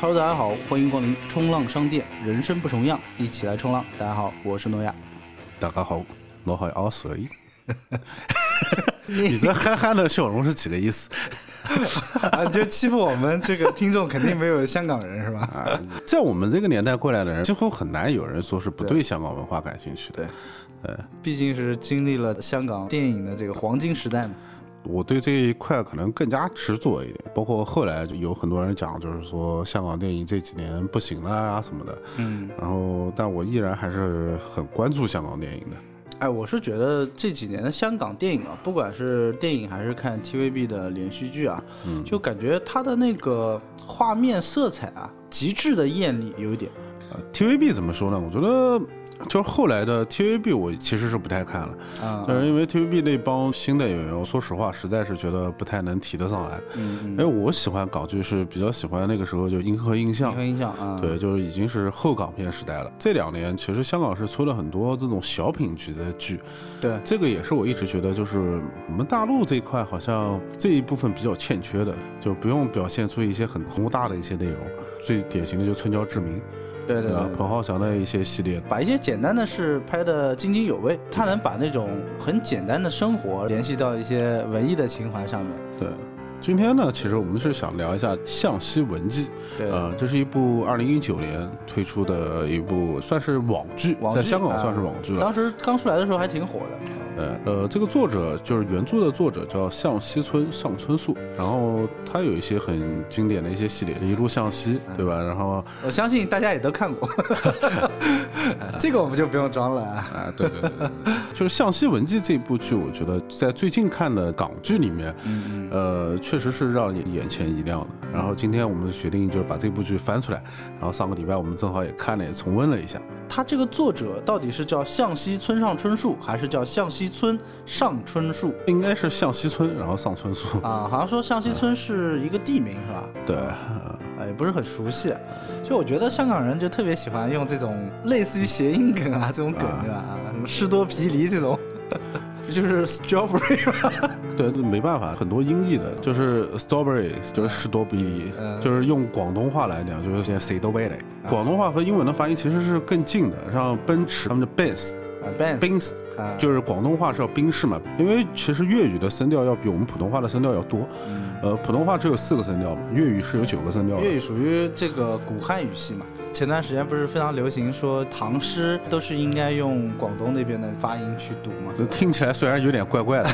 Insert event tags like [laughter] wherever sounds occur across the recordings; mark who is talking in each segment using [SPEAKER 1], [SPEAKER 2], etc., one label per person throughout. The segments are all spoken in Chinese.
[SPEAKER 1] Hello，大家好，欢迎光临冲浪商店，人生不重样，一起来冲浪。大家好，我是诺亚。
[SPEAKER 2] 大家好，哦我系阿水。 [laughs] 你这憨憨的笑容是几个意思
[SPEAKER 1] [laughs] 啊，你就欺负我们这个听众，肯定没有香港人是吧？
[SPEAKER 2] [laughs] 啊？在我们这个年代过来的人，几乎很难有人说是不对香港文化感兴趣的。
[SPEAKER 1] 对，毕竟是经历了香港电影的这个黄金时代嘛。
[SPEAKER 2] 我对这一块可能更加执着一点，包括后来就有很多人讲，就是说香港电影这几年不行了啊什么的。
[SPEAKER 1] 嗯，
[SPEAKER 2] 然后，但我依然还是很关注香港电影的。
[SPEAKER 1] 哎，我是觉得这几年的香港电影啊，不管是电影还是看 TVB 的连续剧啊，
[SPEAKER 2] 嗯
[SPEAKER 1] 就感觉它的那个画面色彩啊，极致的艳丽有一点。
[SPEAKER 2] 呃 TVB 怎么说呢？我觉得就是后来的 TVB，我其实是不太看了。呃
[SPEAKER 1] 啊，
[SPEAKER 2] 但是因为 TVB 那帮新的演员，我说实话，实在是觉得不太能提得上来。
[SPEAKER 1] 嗯，
[SPEAKER 2] 因为我喜欢港剧是比较喜欢那个时候就银河印
[SPEAKER 1] 你
[SPEAKER 2] 象，
[SPEAKER 1] 会印象啊？
[SPEAKER 2] 对，就是已经是后港片时代了。这两年其实香港是出了很多这种小品级的剧，
[SPEAKER 1] 对，
[SPEAKER 2] 这个也是我一直觉得就是我们大陆这一块好像这一部分比较欠缺的，就不用表现出一些很宏大的一些内容。最典型的就是春娇志明，
[SPEAKER 1] 对对
[SPEAKER 2] 对吧
[SPEAKER 1] 对？。
[SPEAKER 2] 彭浩翔的一些系列，
[SPEAKER 1] 把一些简单的事拍得津津有味，他能把那种很简单的生活联系到一些文艺的情怀上面。
[SPEAKER 2] 对。今天呢，其实我们是想聊一下《向西文记》。
[SPEAKER 1] 对，
[SPEAKER 2] 呃，这是一部二零一九年推出的一部，算是网剧，
[SPEAKER 1] 网剧
[SPEAKER 2] 在香港算是网剧了。
[SPEAKER 1] 当时刚出来的时候还挺火的。
[SPEAKER 2] 呃呃，这个作者就是原著的作者叫向西村上春树，然后他有一些很经典的一些系列，一路向西，对吧？然后
[SPEAKER 1] 我相信大家也都看过，这个我们就不用装了啊。
[SPEAKER 2] 啊，对对对对对， [laughs] 就是《向西文记》这部剧，我觉得在最近看的港剧里面，
[SPEAKER 1] 嗯
[SPEAKER 2] 呃，确实是让眼眼前一亮的。然后今天我们决定就是把这部剧翻出来，然后上个礼拜我们正好也看了，也重温了一下。
[SPEAKER 1] 他这个作者到底是叫向西村上春树，还是叫向西村上春树？
[SPEAKER 2] 应该是向西村，然后上春 [laughs] 树，
[SPEAKER 1] 啊，好像说向西村是一个地名是吧？
[SPEAKER 2] 对。
[SPEAKER 1] 哎，不是很熟悉，所以我觉得香港人就特别喜欢用这种类似于谐音梗啊，这种梗
[SPEAKER 2] 啊
[SPEAKER 1] 对吧？什么士多啤梨这种， [laughs] 就是 strawberry [laughs] 嘛。
[SPEAKER 2] 对，这没办法，很多音译的，就是 strawberry，就是士多啤梨，
[SPEAKER 1] 嗯
[SPEAKER 2] 就是用广东话来讲，就是叫 say 都 b 嘞。广东话和英文的发音其实是更近的，像奔驰他们的 Benz，
[SPEAKER 1] 啊 b a n
[SPEAKER 2] 宾士
[SPEAKER 1] 啊，
[SPEAKER 2] 就是广东话是要宾士嘛，因为其实粤语的声调要比我们普通话的声调要多，
[SPEAKER 1] 嗯
[SPEAKER 2] 呃，普通话只有四个声调嘛，粤语是有九个声调的。
[SPEAKER 1] 粤语属于这个古汉语系嘛。前段时间不是非常流行说唐诗都是应该用广东那边的发音去读嘛？
[SPEAKER 2] 这听起来虽然有点怪
[SPEAKER 1] [laughs]
[SPEAKER 2] 怪的，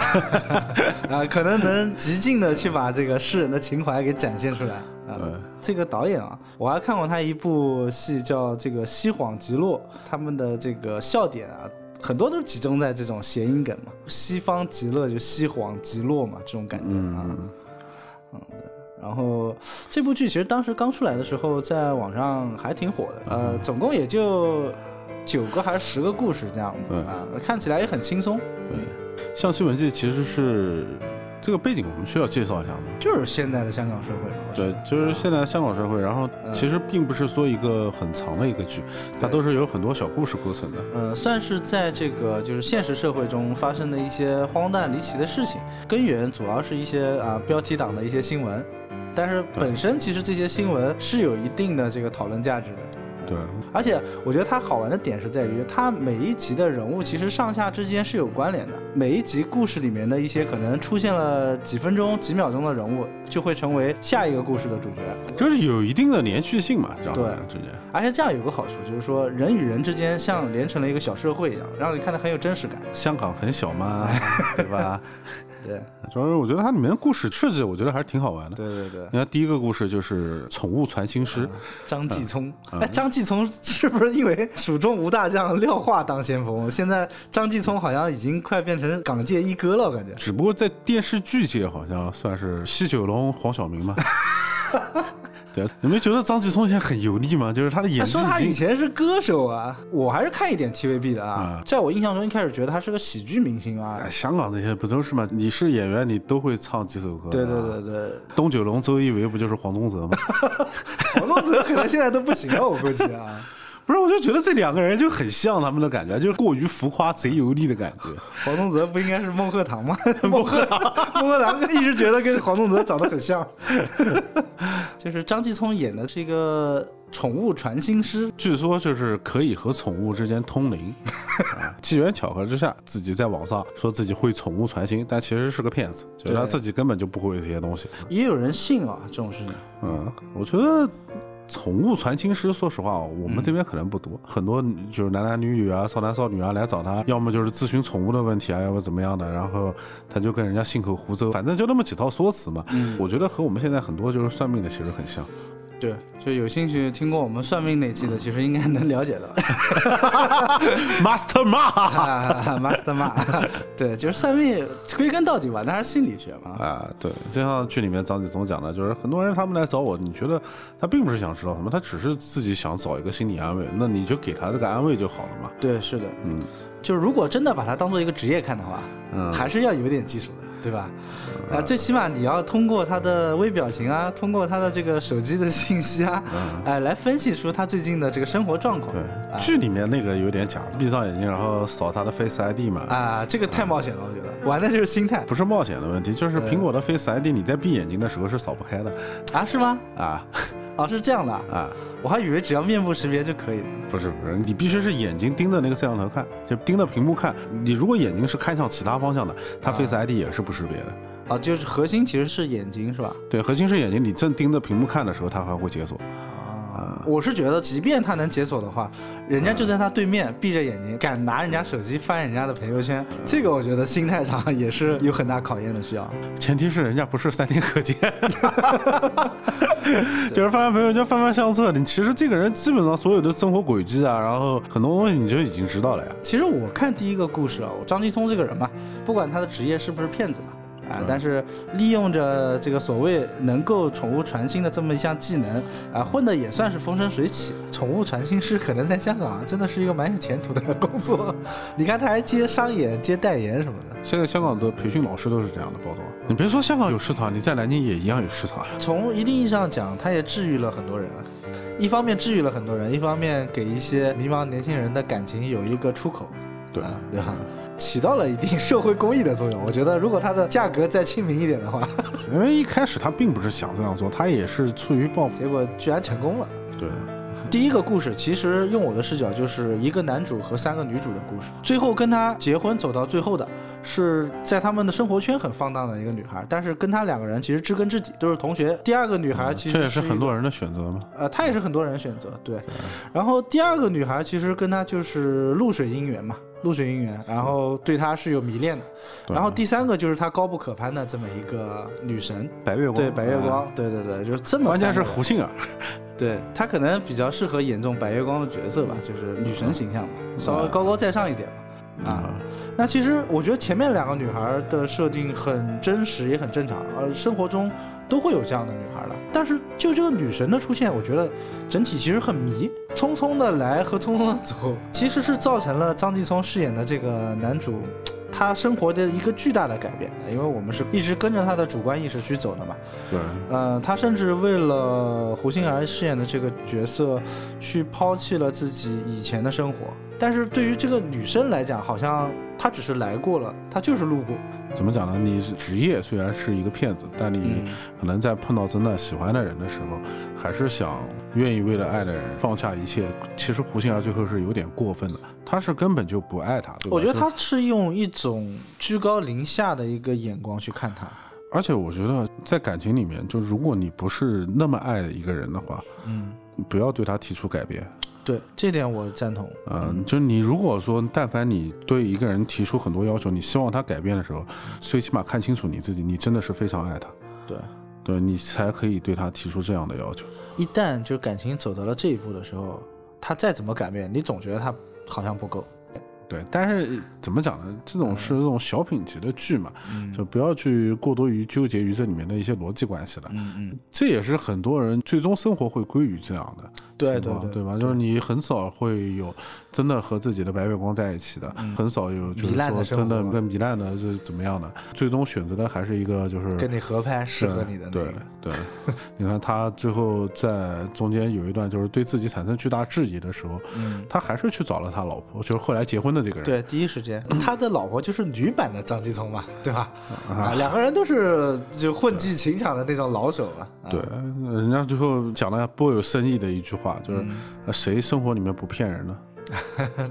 [SPEAKER 1] 啊，可能能极尽的去把这个诗人的情怀给展现出来啊。
[SPEAKER 2] 呃，
[SPEAKER 1] 这个导演啊，我还看过他一部戏叫这个《西谎极洛》，他们的这个笑点啊，很多都集中在这种谐音梗嘛，西方极乐就西谎极洛嘛，这种感觉啊。
[SPEAKER 2] 嗯，
[SPEAKER 1] 然后这部剧其实当时刚出来的时候，在网上还挺火的，呃，
[SPEAKER 2] 嗯
[SPEAKER 1] 总共也就九个还是十个故事这样子
[SPEAKER 2] 对
[SPEAKER 1] 啊，看起来也很轻松，
[SPEAKER 2] 对，向西文记其实是这个背景，我们需要介绍一下吗？
[SPEAKER 1] 就是现在的香港社会嘛。我觉
[SPEAKER 2] 对
[SPEAKER 1] 得，
[SPEAKER 2] 就是现在香港社会，然后
[SPEAKER 1] 嗯
[SPEAKER 2] 其实并不是说一个很长的一个剧，它
[SPEAKER 1] 对
[SPEAKER 2] 都是有很多小故事构成的。
[SPEAKER 1] 呃，算是在这个就是现实社会中发生的一些荒诞离奇的事情，根源主要是一些啊、标题党的一些新闻，但是本身其实这些新闻是有一定的这个讨论价值的。
[SPEAKER 2] 对，
[SPEAKER 1] 而且我觉得它好玩的点是在于，它每一集的人物其实上下之间是有关联的。每一集故事里面的一些可能出现了几分钟、几秒钟的人物，就会成为下一个故事的主角。
[SPEAKER 2] 就是有一定的连续性嘛，让
[SPEAKER 1] 对
[SPEAKER 2] 们之间。
[SPEAKER 1] 而且这样有个好处，就是说人与人之间像连成了一个小社会一样，让你看得很有真实感。
[SPEAKER 2] 香港很小嘛， [laughs] 对吧？
[SPEAKER 1] 对，
[SPEAKER 2] 主要是我觉得它里面的故事设计，我觉得还是挺好玩的。
[SPEAKER 1] 对对对。
[SPEAKER 2] 你看第一个故事就是宠物传心师，
[SPEAKER 1] 嗯张继聪，哎，张继聪是不是因为蜀中无大将，廖化当先锋？现在张继聪好像已经快变成港界一哥了，我感觉。
[SPEAKER 2] 只不过在电视剧界好像算是西九龙黄
[SPEAKER 1] [laughs]
[SPEAKER 2] 晓明嘛。对，啊你们觉得张继聪现在很油腻吗？就是他的演
[SPEAKER 1] 他
[SPEAKER 2] 技
[SPEAKER 1] 说他以
[SPEAKER 2] 已经
[SPEAKER 1] 前是歌手啊，我还是看一点 TVB 的啊
[SPEAKER 2] 啊。
[SPEAKER 1] 在我印象中，一开始觉得他是个喜剧明星啊
[SPEAKER 2] 哎。香港这些不都是吗？你是演员，你都会唱几首歌。啊
[SPEAKER 1] 对对，对对，
[SPEAKER 2] 东九龙周一围不就是黄宗泽吗？ [laughs]
[SPEAKER 1] 黄宗泽可能现在都不行了，我估计啊。
[SPEAKER 2] 不是，我就觉得这两个人就很像他们的感觉，就是过于浮夸、贼油腻的感觉。
[SPEAKER 1] 黄宗泽不应该是孟鹤堂吗？ [laughs] 孟鹤堂，孟鹤堂一直觉得跟黄宗泽长得很像。 [laughs] 就是张继聪演的是一个宠物传心师，
[SPEAKER 2] 据说就是可以和宠物之间通灵，啊机缘巧合之下，自己在网上说自己会宠物传心，但其实是个骗子，就是他
[SPEAKER 1] 对
[SPEAKER 2] 自己根本就不会这些东西。
[SPEAKER 1] 也有人信啊这种事情。
[SPEAKER 2] 嗯，我觉得宠物传情师，说实话，我们这边可能不多，很多就是男男女女啊、少男少女啊来找他，要么就是咨询宠物的问题啊，要么怎么样的，然后他就跟人家信口胡诌，反正就那么几套说辞嘛。我觉得和我们现在很多就是算命的其实很像。
[SPEAKER 1] 对，就有兴趣听过我们算命那期的，其实应该能了解 [laughs] 到。
[SPEAKER 2] Master Ma
[SPEAKER 1] 啊，master 嘛，对，就是算命，归根到底吧，那还是心理学嘛。
[SPEAKER 2] 啊，对，就像剧里面张继聪讲的，就是很多人他们来找我，你觉得他并不是想知道什么，他只是自己想找一个心理安慰，那你就给他这个安慰就好了嘛。
[SPEAKER 1] 对，是的，
[SPEAKER 2] 嗯，
[SPEAKER 1] 就如果真的把它当做一个职业看的话，
[SPEAKER 2] 嗯
[SPEAKER 1] 还是要有点技术的，对吧？啊，最起码你要通过他的微表情啊，通过他的这个手机的信息啊，哎，来分析出他最近的这个生活状况。
[SPEAKER 2] 嗯对，剧里面那个有点假，闭上眼睛然后扫他的 Face ID 嘛，
[SPEAKER 1] 啊，这个太冒险了，我觉得玩的就是心态
[SPEAKER 2] 不是冒险的问题，就是苹果的 Face ID 你在闭眼睛的时候是扫不开的
[SPEAKER 1] 啊，是吗？
[SPEAKER 2] 啊
[SPEAKER 1] 哦，是这样的啊，
[SPEAKER 2] 啊，
[SPEAKER 1] 我还以为只要面部识别就可以了。
[SPEAKER 2] 不是不是，你必须是眼睛盯着那个摄像头看，就盯着屏幕看，你如果眼睛是看向其他方向的，它 Face ID 也是不识别的。
[SPEAKER 1] 啊，就是核心其实是眼睛，是吧？
[SPEAKER 2] 对，核心是眼睛，你正盯着屏幕看的时候，它还会解锁。
[SPEAKER 1] 啊，我是觉得，即便他能解锁的话，人家就在他对面，闭着眼睛，敢拿人家手机翻人家的朋友圈，这个我觉得心态上也是有很大考验的需要。
[SPEAKER 2] 前提是人家不是三天可 [laughs] 见，就是翻翻朋友圈、翻翻相册，你其实这个人基本上所有的生活轨迹啊，然后很多东西你就已经知道了呀。
[SPEAKER 1] 其实我看第一个故事啊，我张继聪这个人嘛，不管他的职业是不是骗子嘛。啊，但是利用着这个所谓能够宠物传心的这么一项技能，啊，混的也算是风生水起。宠物传心师可能在香港啊真的是一个蛮有前途的工作。 [laughs] 你看他还接商演、接代言什么的。
[SPEAKER 2] 现在香港的培训老师都是这样的包装。你别说香港有市场，你在南京也一样有市场。
[SPEAKER 1] 从一定意义上讲，它也治愈了很多人啊。一方面治愈了很多人，一方面给一些迷茫年轻人的感情有一个出口，
[SPEAKER 2] 对，
[SPEAKER 1] 啊，对吧？起到了一定社会公益的作用。我觉得，如果它的价格再亲民一点的话，
[SPEAKER 2] [laughs]
[SPEAKER 1] [laughs]
[SPEAKER 2] 因为一开始他并不是想这样做，他也是出于报复。
[SPEAKER 1] 结果居然成功了。
[SPEAKER 2] 对，啊
[SPEAKER 1] 第一个故事其实用我的视角就是一个男主和三个女主的故事，最后跟他结婚走到最后的是在他们的生活圈很放荡的一个女孩，但是跟他两个人其实知根知底都是同学。第二个女孩其实
[SPEAKER 2] 这也是
[SPEAKER 1] 一
[SPEAKER 2] 嗯很
[SPEAKER 1] 个
[SPEAKER 2] 多人的选择嘛。
[SPEAKER 1] 呃，她也是很多人选择，对。
[SPEAKER 2] 啊
[SPEAKER 1] 然后第二个女孩其实跟她就是露水姻缘嘛，露水姻缘，然后对她是有迷恋的。
[SPEAKER 2] 对
[SPEAKER 1] 然后第三个就是她高不可攀的这么一个女神，
[SPEAKER 2] 白月光嗯
[SPEAKER 1] 对白月，光，对对对，就是这么三个人。
[SPEAKER 2] 啊关键是胡杏儿。
[SPEAKER 1] 对她可能比较适合演这种白月光的角色吧，就是女神形象嘛，
[SPEAKER 2] 嗯
[SPEAKER 1] 稍微高高在上一点嘛。啊，那其实我觉得前面两个女孩的设定很真实，也很正常，呃，生活中都会有这样的女孩的。但是就这个女神的出现，我觉得整体其实很迷，匆匆的来和匆匆的走，其实是造成了张继聪饰演的这个男主。他生活的一个巨大的改变，因为我们是一直跟着他的主观意识去走的嘛。
[SPEAKER 2] 对，
[SPEAKER 1] 呃，他甚至为了胡杏儿饰演的这个角色，去抛弃了自己以前的生活。但是对于这个女生来讲，好像她只是来过了，她就是路过。
[SPEAKER 2] 怎么讲呢？你是职业虽然是一个骗子，但你
[SPEAKER 1] 嗯
[SPEAKER 2] 可能在碰到真的喜欢的人的时候，还是想愿意为了爱的人放下一切。其实胡杏儿最后是有点过分的，她是根本就不爱他。对吧
[SPEAKER 1] 我觉得
[SPEAKER 2] 就
[SPEAKER 1] 她是用一种居高临下的一个眼光去看他。
[SPEAKER 2] 而且我觉得在感情里面，就如果你不是那么爱一个人的话，
[SPEAKER 1] 嗯，
[SPEAKER 2] 不要对他提出改变。
[SPEAKER 1] 对，这点我赞同。
[SPEAKER 2] 嗯，就是你如果说，但凡你对一个人提出很多要求，你希望他改变的时候，
[SPEAKER 1] 嗯
[SPEAKER 2] 最起码看清楚你自己，你真的是非常爱他，
[SPEAKER 1] 对，
[SPEAKER 2] 对你才可以对他提出这样的要求。
[SPEAKER 1] 一旦就是感情走到了这一步的时候，他再怎么改变，你总觉得他好像不够。
[SPEAKER 2] 对，但是怎么讲呢？这
[SPEAKER 1] 嗯
[SPEAKER 2] 种是那种小品级的剧嘛，就不要去过多于纠结于这里面的一些逻辑关系了。
[SPEAKER 1] 嗯嗯，
[SPEAKER 2] 这也是很多人最终生活会归于这样的，
[SPEAKER 1] 对
[SPEAKER 2] 情况，
[SPEAKER 1] 对对
[SPEAKER 2] 吧？就是你很少会有真的和自己的白月光在一起的，
[SPEAKER 1] 嗯
[SPEAKER 2] 很少有
[SPEAKER 1] 糜
[SPEAKER 2] 就是
[SPEAKER 1] 烂的
[SPEAKER 2] 说
[SPEAKER 1] 生
[SPEAKER 2] 真的
[SPEAKER 1] 活
[SPEAKER 2] 跟糜烂的是怎么样的，最终选择的还是一个就是
[SPEAKER 1] 跟你合拍，适合你的那
[SPEAKER 2] 对
[SPEAKER 1] 个。
[SPEAKER 2] 对，你看他最后在中间有一段就是对自己产生巨大质疑的时候，
[SPEAKER 1] 嗯，
[SPEAKER 2] 他还是去找了他老婆，就是后来结婚的这个人。
[SPEAKER 1] 对，第一时
[SPEAKER 2] [clears throat]
[SPEAKER 1] 间，他的老婆就是女版的张继聪
[SPEAKER 2] [laughs]
[SPEAKER 1] 嘛，对吧？啊，两个人都是就混迹情场的那种老手嘛。 [laughs] 啊
[SPEAKER 2] 对，人家最后讲了颇有深意的一句话，就是
[SPEAKER 1] 嗯
[SPEAKER 2] 呃谁生活里面不骗人呢？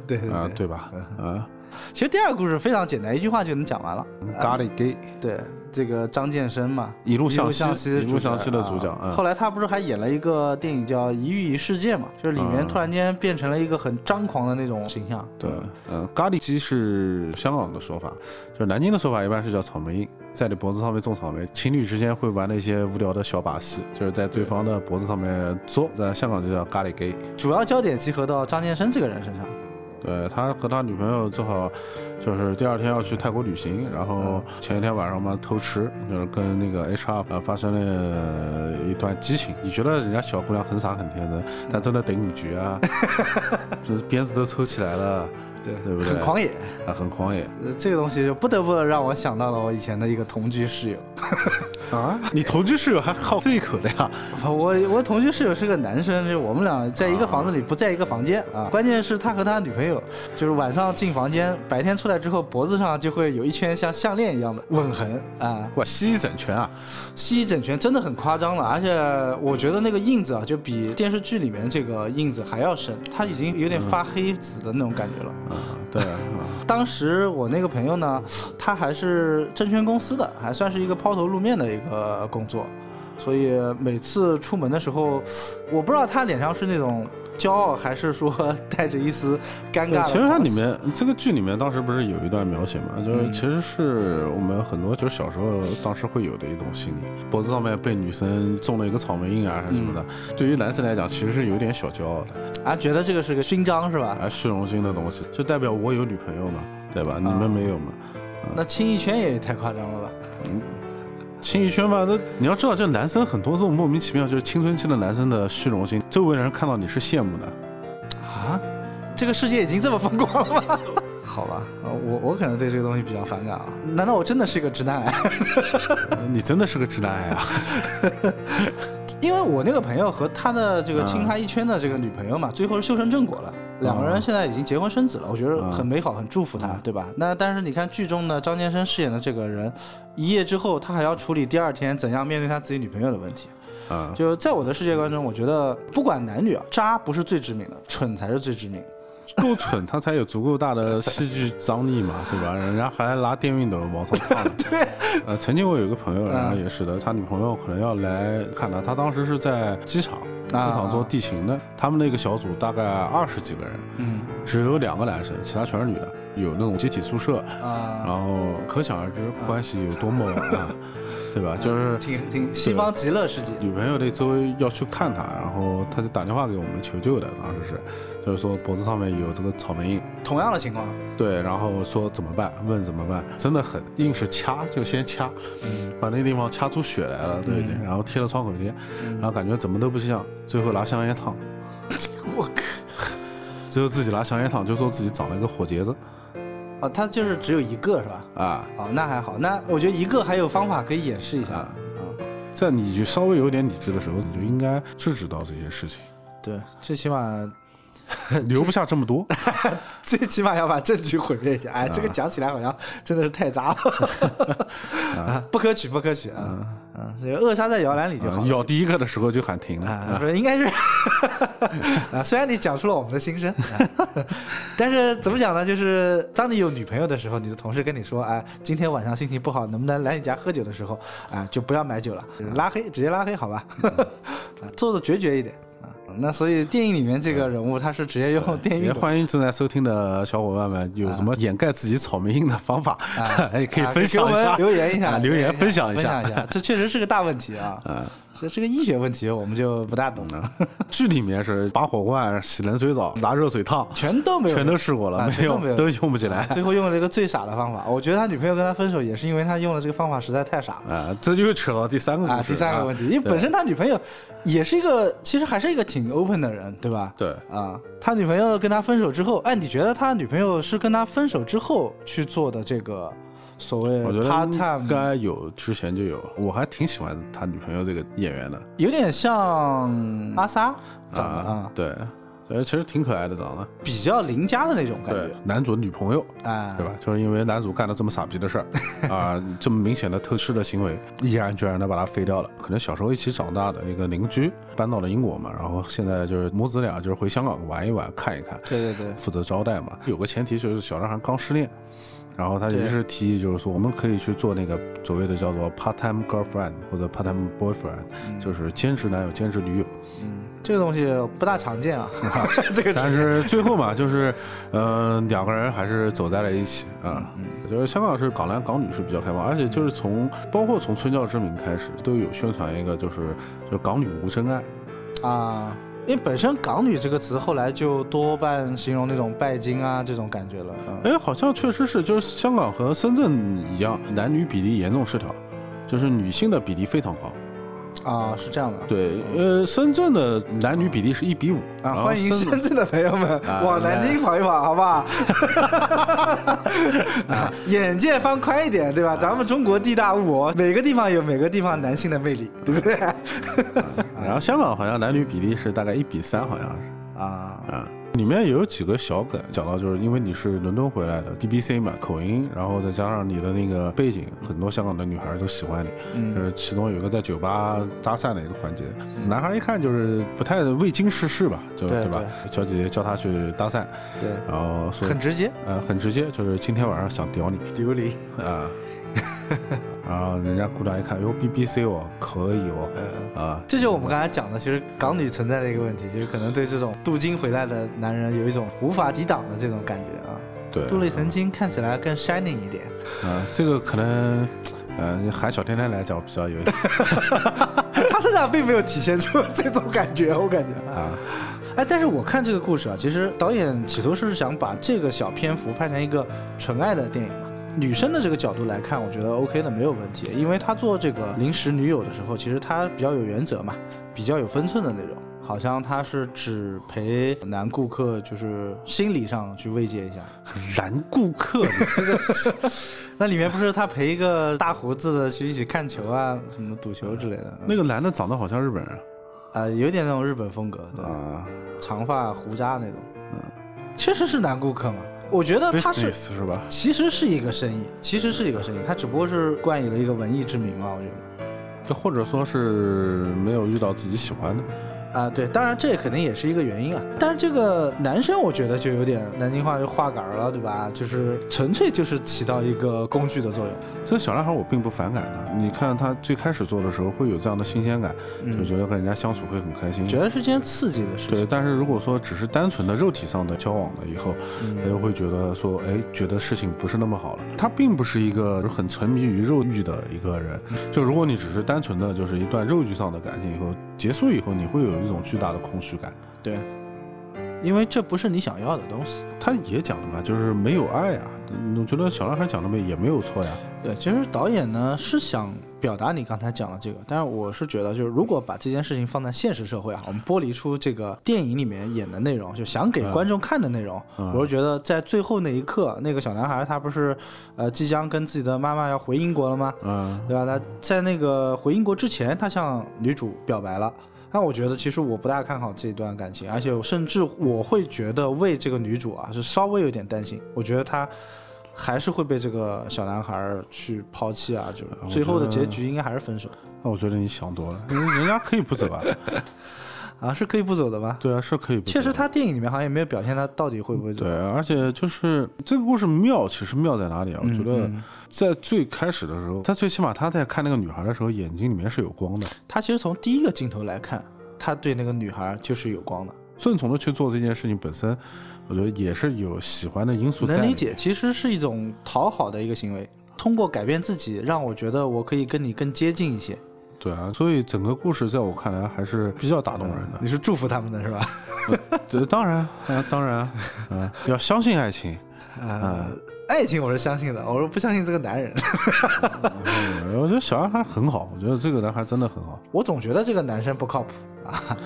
[SPEAKER 1] 对对对。
[SPEAKER 2] 啊，
[SPEAKER 1] 嗯
[SPEAKER 2] 对吧？啊，
[SPEAKER 1] 其实第二个故事非常简单，一句话就能讲完了。
[SPEAKER 2] 咖喱给
[SPEAKER 1] 对，这个张健生嘛，
[SPEAKER 2] 一路
[SPEAKER 1] 一路
[SPEAKER 2] 向西，
[SPEAKER 1] 西的
[SPEAKER 2] 一
[SPEAKER 1] 主角，
[SPEAKER 2] 路向西的主角，
[SPEAKER 1] 啊
[SPEAKER 2] 嗯，
[SPEAKER 1] 后来他不是还演了一个电影叫《一遇一世界》嘛，就是里面
[SPEAKER 2] 嗯
[SPEAKER 1] 突然间变成了一个很张狂的那种形象。
[SPEAKER 2] 对，嗯，咖喱鸡是香港的说法，就是南京的说法一般是叫草莓印，在你脖子上面种草莓，情侣之间会玩的一些无聊的小把戏，就是在对方的脖子上面嘬，在香港就叫咖喱鸡。
[SPEAKER 1] 主要焦点集合到张健生这个人身上。
[SPEAKER 2] 对他和他女朋友正好就是第二天要去泰国旅行，然后前一天晚上嘛偷吃，就是跟那个 HR 呃发生了一段激情。你觉得人家小姑娘很傻很天真，但真的顶你局 [laughs] 啊，就是鞭子都抽起来了，
[SPEAKER 1] 对
[SPEAKER 2] 对不对
[SPEAKER 1] 很狂野，
[SPEAKER 2] 啊，很狂野
[SPEAKER 1] 呃这个东西就不得不让我想到了我以前的一个同居室友。 [laughs]
[SPEAKER 2] 啊！你同居室友还好这一口的呀？
[SPEAKER 1] [laughs] 我我同居室友是个男生，就是我们俩在一个房子里，不在一个房间啊。关键是他和他女朋友，就是晚上进房间，白天出来之后，脖子上就会有一圈像项链一样的吻痕啊。
[SPEAKER 2] 哇，西医整全啊！
[SPEAKER 1] 西医整全真的很夸张了，而且我觉得那个印子啊，就比电视剧里面这个印子还要深，它已经有点发黑紫的那种感觉了。
[SPEAKER 2] 啊，对啊，
[SPEAKER 1] 当时我那个朋友呢，他还是证券公司的，还算是一个抛头露面的一个工作，所以每次出门的时候，我不知道他脸上是那种骄傲，还是说带着一丝尴尬
[SPEAKER 2] 对
[SPEAKER 1] 的。
[SPEAKER 2] 其实它里，面这个剧里面当时不是有一段描写嘛，就是
[SPEAKER 1] 嗯
[SPEAKER 2] 其实是我们很多就是小时候当时会有的一种心理，脖子上面被女生种了一个草莓印啊还是什么的，
[SPEAKER 1] 嗯
[SPEAKER 2] 对于男生来讲其实是有点小骄傲的，
[SPEAKER 1] 啊，觉得这个是个勋章是吧？
[SPEAKER 2] 啊，虚荣心的东西，就代表我有女朋友嘛，对吧？你
[SPEAKER 1] 啊
[SPEAKER 2] 们没有嘛？
[SPEAKER 1] 那亲一圈也太夸张了吧？
[SPEAKER 2] 亲一圈嘛，那你要知道，这男生很多这种莫名其妙，就是青春期的男生的虚荣心，周围人看到你是羡慕的。 [laughs]
[SPEAKER 1] 啊，这个世界已经这么疯狂了吗？ [laughs] 好吧，呃我我可能对这个东西比较反感啊。难道我真的是一个直男啊癌？
[SPEAKER 2] 你真的是个直男癌啊！
[SPEAKER 1] 因为我那个朋友和他的这个亲他一圈的这个女朋友嘛，最后是修成正果了。两个人现在已经结婚生子了，我觉得很美好，很祝福他，对吧？那但是你看剧中呢，张健生饰演的这个人，一夜之后他还要处理第二天怎样面对他自己女朋友的问题。
[SPEAKER 2] 啊，
[SPEAKER 1] 就在我的世界观中，我觉得不管男女啊，渣不是最致命的，蠢才是最致命的。
[SPEAKER 2] 够蠢，他才有足够大的戏剧张力嘛，对吧？人家还拿电熨斗往上烫。对，呃，曾经我有一个朋友，然后也是的，他女朋友可能要来看他，他当时是在机场，机场做地勤的，他们那个小组大概二十几个人，
[SPEAKER 1] 嗯
[SPEAKER 2] 只有两个男生，其他全是女的，有那种集体宿舍，然
[SPEAKER 1] 啊，
[SPEAKER 2] 后可想而知关系有多么啊，对吧？就是
[SPEAKER 1] 挺挺西方极乐世界。
[SPEAKER 2] 女朋友那周要去看他，然后他就打电话给我们求救的，当时是，就是说脖子上面有这个草莓印。
[SPEAKER 1] 同样的情况，
[SPEAKER 2] 对，然后说怎么办？问怎么办？真的很硬是掐，就先掐，
[SPEAKER 1] 嗯
[SPEAKER 2] 把那地方掐出血来了都已经，然后贴了创口贴，
[SPEAKER 1] 嗯啊
[SPEAKER 2] 然后感觉怎么都不像，最后拿香烟烫，
[SPEAKER 1] 我靠！
[SPEAKER 2] 最后自己拿香烟烫，就说自己长了一个火疖子
[SPEAKER 1] 啊，他就是只有一个是吧？
[SPEAKER 2] 啊。
[SPEAKER 1] 哦，那还好，那我觉得一个还有方法可以演示一下啊。
[SPEAKER 2] 在你就稍微有点理智的时候，你就应该制止到这些事情， [laughs]
[SPEAKER 1] 对，最起码
[SPEAKER 2] 留不下这么多。
[SPEAKER 1] [laughs] 最起码要把证据毁灭一下。哎，这个讲起来好像真的是太渣了， [laughs] 啊，不可取，不可取啊！啊，这个扼杀在摇篮里就好
[SPEAKER 2] 啊
[SPEAKER 1] 了。
[SPEAKER 2] 咬第一个的时候就喊停了。
[SPEAKER 1] 啊，
[SPEAKER 2] 啊
[SPEAKER 1] 不是，应该是啊。虽然你讲出了我们的心声，啊 [laughs] 但是怎么讲呢？就是当你有女朋友的时候，你的同事跟你说：“哎，今天晚上心情不好，能不能来你家喝酒的时候，啊，就不要买酒了，
[SPEAKER 2] 嗯
[SPEAKER 1] 拉黑，直接拉黑，好吧？ [laughs] 啊做的决绝一点啊。”那所以电影里面这个人物，他是直接用电影
[SPEAKER 2] [laughs] 嗯
[SPEAKER 1] 啊
[SPEAKER 2] 也欢迎正在收听的小伙伴们，有什么掩盖自己草莓印的方法， [laughs] 哎，可以分享一
[SPEAKER 1] 啊
[SPEAKER 2] 下，
[SPEAKER 1] 给我们留言一下，
[SPEAKER 2] 啊留言分享一
[SPEAKER 1] 分
[SPEAKER 2] 下
[SPEAKER 1] 享一下，这确实是个大问题啊。
[SPEAKER 2] 啊，
[SPEAKER 1] 这是个医学问题，我们就不大懂了，
[SPEAKER 2] 剧里面是拔火罐、洗冷水澡、拿热水烫，
[SPEAKER 1] 全都没有，
[SPEAKER 2] 全都试过了，
[SPEAKER 1] 啊
[SPEAKER 2] 没
[SPEAKER 1] 全都没
[SPEAKER 2] 有
[SPEAKER 1] 有
[SPEAKER 2] 都用不起 [laughs] 来。
[SPEAKER 1] 最后用了一个最傻的方法。我觉得他女朋友跟他分手也是因为他用了这个方法实在太傻了。
[SPEAKER 2] 啊，这又扯到第三个故事
[SPEAKER 1] 啊，第三个问题，因为
[SPEAKER 2] 对
[SPEAKER 1] 本身他女朋友也是一个，其实还是一个挺 open 的人，对吧？
[SPEAKER 2] 对，
[SPEAKER 1] 啊，他女朋友跟他分手之后，哎，你觉得他女朋友是跟他分手之后去做的这个所谓
[SPEAKER 2] 我觉得
[SPEAKER 1] part
[SPEAKER 2] 应
[SPEAKER 1] time，
[SPEAKER 2] 该有，之前就有。我还挺喜欢他女朋友这个演员的
[SPEAKER 1] 有点像阿莎长得
[SPEAKER 2] 啊
[SPEAKER 1] 啊，，
[SPEAKER 2] 对，所以其实挺可爱的长得。
[SPEAKER 1] 比较邻家的那种感
[SPEAKER 2] 对
[SPEAKER 1] 觉，，
[SPEAKER 2] 男主的女朋友，
[SPEAKER 1] 哎，
[SPEAKER 2] 对吧？？就是因为男主干了这么傻逼的
[SPEAKER 1] [laughs]
[SPEAKER 2] 事儿啊、这么明显的偷吃的行为，毅然决然的把他废掉了。可能小时候一起长大的一个邻居搬到了英国嘛，然后现在就是母子俩就是回香港玩一玩看一看，
[SPEAKER 1] 对对对，
[SPEAKER 2] 负责招待嘛。有个前提就是小男孩刚失恋，然后他
[SPEAKER 1] 对
[SPEAKER 2] 于是提议就是说，我们可以去做那个所谓的叫做 part time girlfriend 或者 part time boyfriend，、就是兼职男友、兼职女友。
[SPEAKER 1] 嗯，这个东西不大常
[SPEAKER 2] [laughs]
[SPEAKER 1] 见啊， [laughs] 这个
[SPEAKER 2] 但是最后嘛，就是，呃，两个人还是走在了一起啊。就是香港是港男港女是比较开放，而且就是从包括从《春娇之名》开始都有宣传一个，就是就是港女无真爱，
[SPEAKER 1] 啊。因为本身“港女”这个词后来就多半形容那种拜金啊这种感觉了，
[SPEAKER 2] [laughs]
[SPEAKER 1] 嗯
[SPEAKER 2] 哎，好像确实是，就是香港和深圳一样，男女比例严重失调，就是女性的比例非常高。
[SPEAKER 1] 啊是这样的。
[SPEAKER 2] 对，呃，深圳的男女比例是一比五然
[SPEAKER 1] 啊，
[SPEAKER 2] 后
[SPEAKER 1] 欢迎
[SPEAKER 2] 深
[SPEAKER 1] 深圳的朋友们
[SPEAKER 2] 啊
[SPEAKER 1] 往南京跑一跑，好不好？啊眼界放宽一点，
[SPEAKER 2] 啊
[SPEAKER 1] 对吧？咱们中国地大物博，每个地方有每个地方男性的魅力，对不对？
[SPEAKER 2] [laughs] 啊然后香港好像男女比例是大概一比三，好像是。
[SPEAKER 1] 啊，
[SPEAKER 2] 啊，里面也有几个小梗，讲到就是因为你是伦敦回来的 BBC 嘛，口音，然后再加上你的那个背景，很多香港的女孩都喜欢你。就
[SPEAKER 1] 嗯，
[SPEAKER 2] 是其中有一个在酒吧搭讪的一个环节，男孩一看就是不太未经世事吧，就
[SPEAKER 1] 对
[SPEAKER 2] 吧？小姐姐叫他去搭讪，
[SPEAKER 1] 对，
[SPEAKER 2] 然后说
[SPEAKER 1] 很直接，
[SPEAKER 2] 呃很直接，就是今天晚上想屌你
[SPEAKER 1] 丢脸。
[SPEAKER 2] [laughs] 啊。然后啊人家姑娘一看，哟，BBC 哦，可以哦，
[SPEAKER 1] 呃
[SPEAKER 2] 啊，
[SPEAKER 1] 这就是我们刚才讲的，其实港女存在的一个问题，就是可能对这种镀金回来的男人有一种无法抵挡的这种感觉啊。
[SPEAKER 2] 对，
[SPEAKER 1] 镀了一层金，看起来更 shining 一点。
[SPEAKER 2] 啊，这个可能，呃，喊小天天来讲比较有意思
[SPEAKER 1] [laughs] 他身上并没有体现出这种感觉，我感觉。
[SPEAKER 2] 啊。
[SPEAKER 1] 哎，但是我看这个故事啊，其实导演企图是想把这个小篇幅拍成一个纯爱的电影嘛。女生的这个角度来看，我觉得 OK 的，没有问题。因为他做这个临时女友的时候，其实他比较有原则嘛，比较有分寸的那种。好像他是只陪男顾客，就是心理上去慰藉一下。
[SPEAKER 2] 男顾客，你这个
[SPEAKER 1] 那里面不是他陪一个大胡子的去一起看球啊，什么赌球之类的。
[SPEAKER 2] [laughs] 那个男的长得好像日本人
[SPEAKER 1] 啊、有点那种日本风格，对，
[SPEAKER 2] 啊
[SPEAKER 1] 长发胡渣那种。确实是男顾客嘛。我觉得他嗯是
[SPEAKER 2] ，business 是吧？
[SPEAKER 1] 其实是一个生意，其实是一个生意，他只不过是冠以了一个文艺之名嘛，我觉得。
[SPEAKER 2] 就或者说是没有遇到自己喜欢的，
[SPEAKER 1] 啊，对，当然这肯定也是一个原因啊。但是这个男生，我觉得就有点南京话就话杆儿了，对吧？就是纯粹就是起到一个工具的作用。
[SPEAKER 2] 这个小男孩我并不反感的。你看他最开始做的时候会有这样的新鲜感，就
[SPEAKER 1] 嗯，
[SPEAKER 2] 觉得和人家相处会很开心。
[SPEAKER 1] 觉得是件刺激的事
[SPEAKER 2] 对，
[SPEAKER 1] 情。
[SPEAKER 2] 但是如果说只是单纯的肉体上的交往了以后，他
[SPEAKER 1] 嗯
[SPEAKER 2] 就会觉得说，哎，觉得事情不是那么好了。他并不是一个很沉迷于肉欲的一个人。就如果你只是单纯的就是一段肉欲上的感情，以后结束以后，你会有一种巨大的空虚感。
[SPEAKER 1] 对，因为这不是你想要的东西。
[SPEAKER 2] 他也讲了嘛，就是没有爱啊。嗯我觉得小男孩讲的没也没有错呀。
[SPEAKER 1] 对，其实导演呢是想表达你刚才讲的这个，但是我是觉得，就是如果把这件事情放在现实社会啊，我们剥离出这个电影里面演的内容，就想给观众看的内容，
[SPEAKER 2] 嗯
[SPEAKER 1] 我是觉得在最后那一刻，那个小男孩他不是呃即将跟自己的妈妈要回英国了吗？
[SPEAKER 2] 嗯，
[SPEAKER 1] 对吧？他在那个回英国之前，他向女主表白了。但我觉得，其实我不大看好这段感情，而且我甚至我会觉得为这个女主啊是稍微有点担心。我觉得她还是会被这个小男孩儿去抛弃啊，就是
[SPEAKER 2] 我
[SPEAKER 1] 最后的
[SPEAKER 2] 觉
[SPEAKER 1] 结
[SPEAKER 2] 得
[SPEAKER 1] 局应该还是分手
[SPEAKER 2] 那我觉得你想多了，因为人家可以不
[SPEAKER 1] [laughs]
[SPEAKER 2] 走啊。
[SPEAKER 1] 啊，是可以不走的嗯吗？
[SPEAKER 2] 对啊，是可以不走。
[SPEAKER 1] 确实，他电影里面好像也没有表现他到底会不会走
[SPEAKER 2] 对。，啊而且就是这个故事妙，其实妙在哪里啊？我
[SPEAKER 1] 嗯
[SPEAKER 2] 觉得
[SPEAKER 1] 嗯
[SPEAKER 2] 在最开始的时候，他最起码他在看那个女孩的时候，眼睛里面是有光的。
[SPEAKER 1] 他其实从第一个镜头来看，他对那个女孩儿就是有光的，
[SPEAKER 2] 顺从的去做这件事情本身，我觉得也是有喜欢的因素在。
[SPEAKER 1] 能理。解，其实是一种讨好的一个行为，通过改变自己，让我觉得我可以跟你更接近一些。
[SPEAKER 2] 对啊，所以整个故事在我看来还是比较打动人的。 [laughs]
[SPEAKER 1] 你是祝福他们的是吧？
[SPEAKER 2] 这当然啊，当然 [laughs] 啊，嗯要相信爱情。
[SPEAKER 1] 啊、爱情我是相信的，我说不相信这个男人。
[SPEAKER 2] 嗯我觉得小男孩很好，我觉得这个男孩真的很好。
[SPEAKER 1] 我总觉得这个男生不靠谱啊，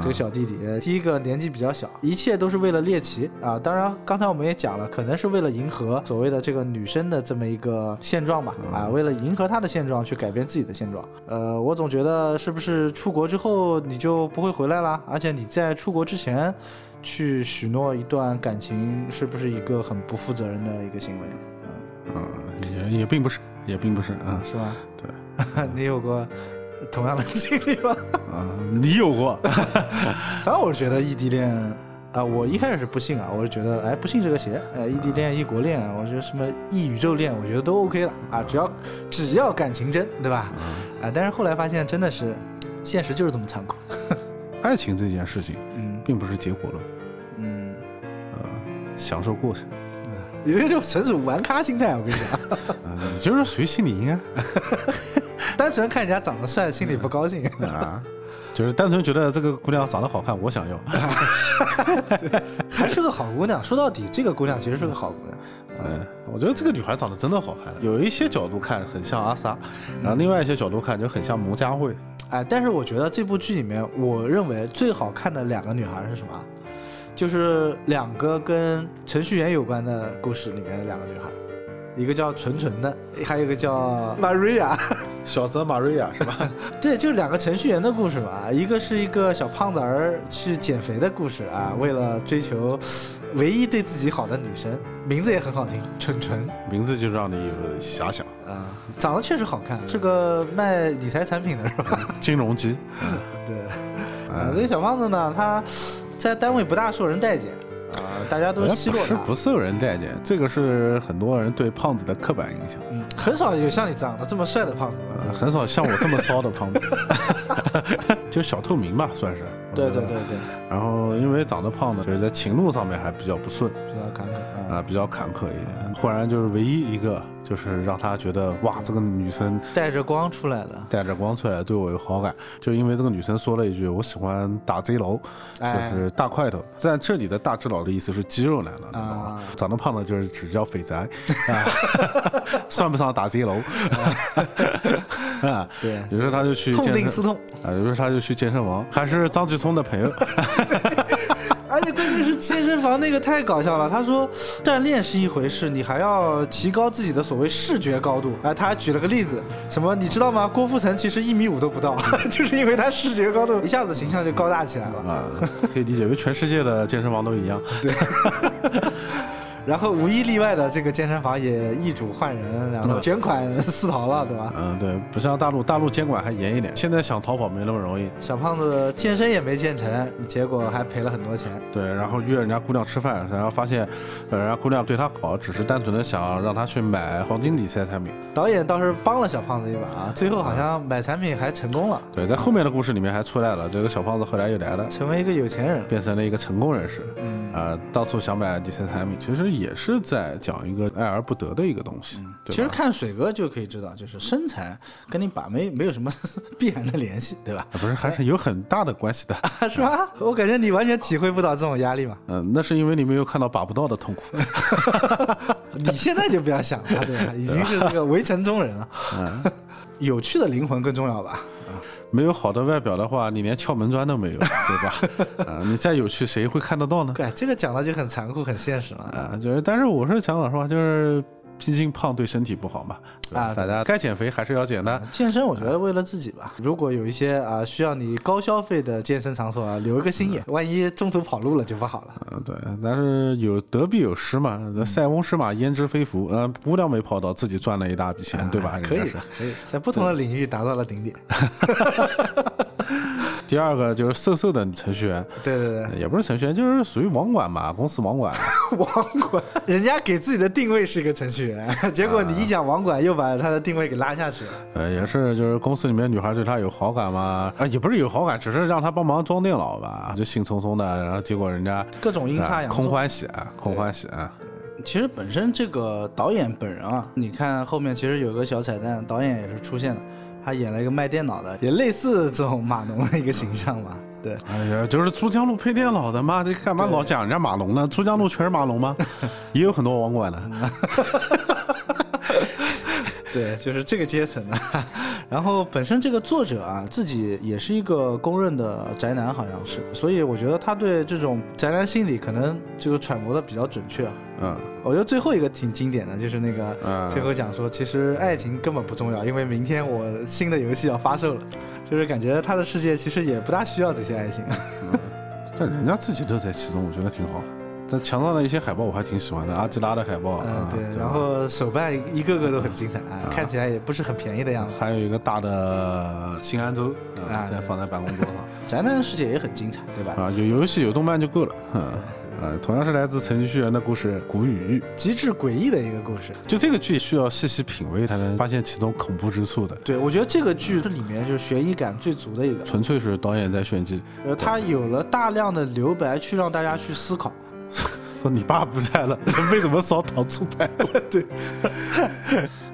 [SPEAKER 1] 这个小弟弟，第一个年纪比较小，一切都是为了猎奇啊。当然，刚才我们也讲了，可能是为了迎合所谓的这个女生的这么一个现状吧，啊，为了迎合她的现状去改变自己的现状。呃，我总觉得是不是出国之后你就不会回来啦？而且你在出国之前去许诺一段感情，是不是一个很不负责任的一个行为？
[SPEAKER 2] 嗯，也也并不是，也并不是啊
[SPEAKER 1] 是吧？
[SPEAKER 2] 对。
[SPEAKER 1] [laughs] 你有过同样的经历吗？
[SPEAKER 2] 啊，你有过？ [laughs]
[SPEAKER 1] 反正我是觉得异地恋啊、我一开始是不信啊，我是觉得哎不信这个邪，呃，异地恋、异国恋，我觉得什么异宇宙恋，我觉得都 OK 的啊，只要只要感情真，对吧？啊，但是后来发现真的是现实就是这么残酷，
[SPEAKER 2] 爱情这件事情
[SPEAKER 1] 嗯
[SPEAKER 2] 并不是结果论，
[SPEAKER 1] 嗯，
[SPEAKER 2] 呃，享受 [laughs] 过程，
[SPEAKER 1] 你这个就纯属玩咖心态，我跟你讲，
[SPEAKER 2] 啊，你就是属于心理阴暗
[SPEAKER 1] 单纯看人家长得帅，心里不高兴，
[SPEAKER 2] 啊，就是单纯觉得这个姑娘长得好看，我想要。
[SPEAKER 1] 还是个好姑娘。说到底，这个姑娘其实是个好姑娘。
[SPEAKER 2] 嗯，我觉得这个女孩长得真的好看，有一些角度看很像阿萨，然后另外一些角度看就很像蒙嘉慧。
[SPEAKER 1] 哎，但是我觉得这部剧里面，我认为最好看的两个女孩是什么？啊就是两个跟程序员有关的故事里面的两个女孩，一个叫纯纯的，还有一个叫 Maria。
[SPEAKER 2] 小泽玛瑞亚是吧？
[SPEAKER 1] [laughs] 对，就是两个程序员的故事嘛，一个是一个小胖子儿去减肥的故事啊，为了追求唯一对自己好的女神，名字也很好听，纯纯。
[SPEAKER 2] [laughs] 名字就让你有遐想，
[SPEAKER 1] 啊，长得确实好看，是个卖理财产品的是吧？
[SPEAKER 2] 金融机。
[SPEAKER 1] 对，
[SPEAKER 2] 嗯
[SPEAKER 1] 啊，这个小胖子呢，他在单位不大受人待见啊，大家都
[SPEAKER 2] 哎
[SPEAKER 1] 奚
[SPEAKER 2] 不
[SPEAKER 1] 落
[SPEAKER 2] 是
[SPEAKER 1] 他，
[SPEAKER 2] 不受人待见，这个是很多人对胖子的刻板印象。
[SPEAKER 1] 嗯，很少有像你长得这么帅的胖子吧？
[SPEAKER 2] 呃很少像我这么骚的 [laughs] 胖子，就小透明吧，算是。我
[SPEAKER 1] 对
[SPEAKER 2] 觉
[SPEAKER 1] 对
[SPEAKER 2] 得
[SPEAKER 1] 对。对，
[SPEAKER 2] 然后因为长得胖呢，就是在情路上面还比较不顺
[SPEAKER 1] 比较看看啊，
[SPEAKER 2] 啊，比较坎坷一点。忽然就是唯一一个，就是让他觉得哇，这个女生
[SPEAKER 1] 带着光出来的，
[SPEAKER 2] 带着光出来对我有好感，就因为这个女生说了一句我喜欢大 Z 佬，
[SPEAKER 1] 哎
[SPEAKER 2] 就是大块头。在这里的大只佬的意思是肌肉男的，你知道吗
[SPEAKER 1] 啊？
[SPEAKER 2] 长得胖的就是只叫
[SPEAKER 1] [laughs]
[SPEAKER 2] 肥宅，啊算不上打 Z 楼。啊，
[SPEAKER 1] 对，
[SPEAKER 2] 于是他就去
[SPEAKER 1] 痛定
[SPEAKER 2] 健
[SPEAKER 1] 思
[SPEAKER 2] 身，
[SPEAKER 1] 痛，
[SPEAKER 2] 啊，于是他就去健身房，还是张继聪的朋友，
[SPEAKER 1] 而且哎关键是健身房那个太搞笑了，他说锻炼是一回事，你还要提高自己的所谓视觉高度。哎，他还举了个例子，什么你知道吗？郭富城其实一米五都不到， [laughs] 就是因为他视觉高度一下子形象就高大起来了。
[SPEAKER 2] 啊，可以理解为全世界的健身房都一样。
[SPEAKER 1] 然后无一例外的，这个健身房也易主换人，然后卷款私逃了，对吧？
[SPEAKER 2] 嗯，对，不像大陆，大陆监管还严一点，现在想逃跑没那么容易。
[SPEAKER 1] 小胖子健身也没健成，结果还赔了很多钱。
[SPEAKER 2] 对，然后约人家姑娘吃饭，然后发现，呃，人家姑娘对他好，只是单纯的想让他去买黄金理财产品。
[SPEAKER 1] 导演倒是帮了小胖子一把啊，最后好像买产品还成功了，
[SPEAKER 2] 对，在后面的故事里面还出来了，这个小胖子后来又来了，
[SPEAKER 1] 成为一个有钱人。
[SPEAKER 2] 变成了一个成功人士，
[SPEAKER 1] 嗯
[SPEAKER 2] 啊、到处想买理财产品，其实也是在讲一个爱而不得的一个东西。对吧
[SPEAKER 1] 嗯其实看水哥就可以知道，就是身材跟你把妹没有什么 [laughs] 必然的联系，对 [laughs] 吧？
[SPEAKER 2] 啊不是还是有很大的关系
[SPEAKER 1] [laughs]
[SPEAKER 2] 的，
[SPEAKER 1] 是吧？我感觉你完全体会不到这种压力嘛。
[SPEAKER 2] 嗯、那是因为你没有看到把不到的痛苦。
[SPEAKER 1] 你现在就不要想了，对吧？已经是这 [laughs] 个围城中人了。嗯 [laughs] 有趣的灵魂更重要吧？
[SPEAKER 2] 没有好的外表的话，你连撬门砖都没有，对吧？
[SPEAKER 1] [laughs]
[SPEAKER 2] 啊、你再有趣，谁会看得到呢？
[SPEAKER 1] 对，这个讲的就很残酷、很现实了。
[SPEAKER 2] 啊、就是，但是我是想老实话，就是毕竟胖对身体不好嘛，对吧
[SPEAKER 1] 啊
[SPEAKER 2] 大家该减肥还是要减的。
[SPEAKER 1] 健身我觉得为了自己吧，如果有一些啊需要你高消费的健身场所啊，留一个心眼，万一中途跑路了就不好了。
[SPEAKER 2] 嗯，对，但是有得必有失嘛。那
[SPEAKER 1] 嗯
[SPEAKER 2] 塞翁失马，焉知非福。嗯、姑娘没泡到，自己赚了一大笔钱，嗯对吧？
[SPEAKER 1] 啊可
[SPEAKER 2] 应
[SPEAKER 1] 以
[SPEAKER 2] 该是
[SPEAKER 1] 的，。可以的，在不同的领域达到了
[SPEAKER 2] [laughs]
[SPEAKER 1] 顶点。
[SPEAKER 2] 第二个就是瘦瘦的程序员，呃
[SPEAKER 1] 对对对，
[SPEAKER 2] 也不是程序员，就是属于网管嘛，公司网管。 [laughs] 啊
[SPEAKER 1] 网管，人家给自己的定位是一个程序员，结果你一讲网管，又把他的定位给拉下去了。
[SPEAKER 2] 呃，也是，就是公司里面女孩对他有好感嘛，啊，也不是有好感，只是让他帮忙装电脑吧，就兴冲冲的，然后结果人家
[SPEAKER 1] 各种阴差
[SPEAKER 2] 啊
[SPEAKER 1] 阳
[SPEAKER 2] 空
[SPEAKER 1] 错。
[SPEAKER 2] 欢喜，啊，空欢喜啊，
[SPEAKER 1] 其实本身这个导演本人啊，你看后面其实有个小彩蛋，导演也是出现的。他演了一个卖电脑的，也类似这种码农的一个形象嘛。 [laughs] 对，
[SPEAKER 2] 哎呀，就是珠江路配电脑的，妈的，干嘛老讲人家马龙 [laughs] 呢？珠江路全是马龙 [laughs] 吗？也有很多网管的。
[SPEAKER 1] 对，就是这个阶层的。 [laughs] 然后本身这个作者啊，自己也是一个公认的宅男，好像是，所以我觉得他对这种宅男心理可能这个揣摩的比较准确啊。
[SPEAKER 2] 嗯，
[SPEAKER 1] 我觉得最后一个挺经典的，就是那个、
[SPEAKER 2] 嗯
[SPEAKER 1] 最后讲说，其实爱情根本不重要，因为明天我新的游戏要发售了，就是感觉他的世界其实也不大需要这些爱情。
[SPEAKER 2] 但人家自己乐在其中，我觉得挺好。但强壮的一些海报我还挺喜欢的，阿基拉的海报，
[SPEAKER 1] 嗯，
[SPEAKER 2] 啊
[SPEAKER 1] 对，
[SPEAKER 2] 吧
[SPEAKER 1] 然后手办一个个都很精彩，啊、看起来也不是很便宜的样子。
[SPEAKER 2] 还有一个大的新安州啊，
[SPEAKER 1] 啊
[SPEAKER 2] 在放在办公桌 [laughs] 上
[SPEAKER 1] 宅男的世界也很精彩，对吧？
[SPEAKER 2] 啊，有游戏有动漫就够了。嗯啊，同样是来自程序员的故事《古语》，
[SPEAKER 1] 极致诡异的一个故事。
[SPEAKER 2] 就这个剧需要细细品味才能发现其中恐怖之处的，
[SPEAKER 1] 对，我觉得这个剧这里面就是悬疑感最足的一个，
[SPEAKER 2] 纯粹是导演在炫技。
[SPEAKER 1] 呃，它有了大量的留白去让大家去思考。
[SPEAKER 2] 说你爸不在了， [laughs] 为什么少糖醋排骨？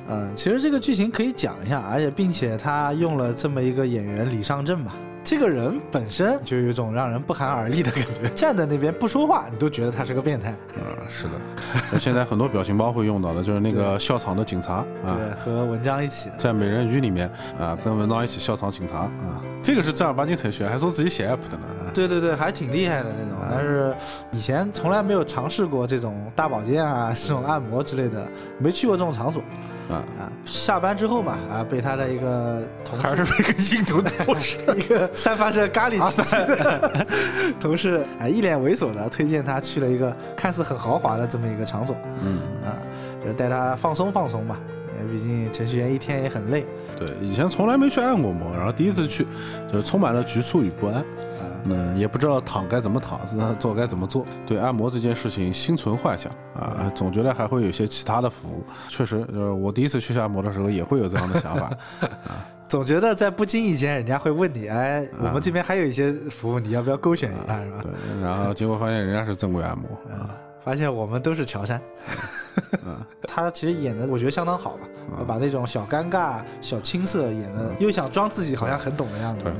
[SPEAKER 1] 嗯，其实这个剧情可以讲一下，而且并且他用了这么一个演员李尚正吧，这个人本身就有一种让人不寒而栗的感觉，站在那边不说话，你都觉得他是个变态。
[SPEAKER 2] 啊，是的，现在很多表情包会用到的，就是那个笑场的警察啊，
[SPEAKER 1] 对，和文章一起的。
[SPEAKER 2] 在美人鱼里面啊，跟文章一起笑场警察啊，这个是正儿八经程序员，还说自己写 app 的呢。啊
[SPEAKER 1] 对对对，还挺厉害的那种，但是以前从来没有尝试过这种大保健啊、这种按摩之类的，没去过这种场所
[SPEAKER 2] 啊，
[SPEAKER 1] 啊。下班之后嘛，啊，被他的一个同事
[SPEAKER 2] 还是被个印 [laughs] 度同事
[SPEAKER 1] 一 [laughs] 个散发着咖喱气息的 [laughs] 同事，哎，一脸猥琐的推荐他去了一个看似很豪华的这么一个场所，
[SPEAKER 2] 嗯，
[SPEAKER 1] 啊，就是带他放松放松嘛，因为毕竟程序员一天也很累，
[SPEAKER 2] 对，以前从来没去按过摩，然后第一次去，就是充满了局促与不安，
[SPEAKER 1] 啊，
[SPEAKER 2] 嗯，也不知道躺该怎么躺，那做该怎么做。对按摩这件事情心存幻想啊，总觉得还会有一些其他的服务。确实，就是我第一次去按摩的时候也会有这样的想法。
[SPEAKER 1] 总觉得在不经意间人家会问你，哎，我们这边还有一些服务，你要不要勾选一下，是吧？
[SPEAKER 2] 对，然后结果发现人家是正规按摩
[SPEAKER 1] 嗯
[SPEAKER 2] 啊，
[SPEAKER 1] 发现我们都是乔杉。嗯他其实演的我觉得相当好吧，把那种小尴尬、小青涩演的，又想装自己好像很懂的样子
[SPEAKER 2] 对。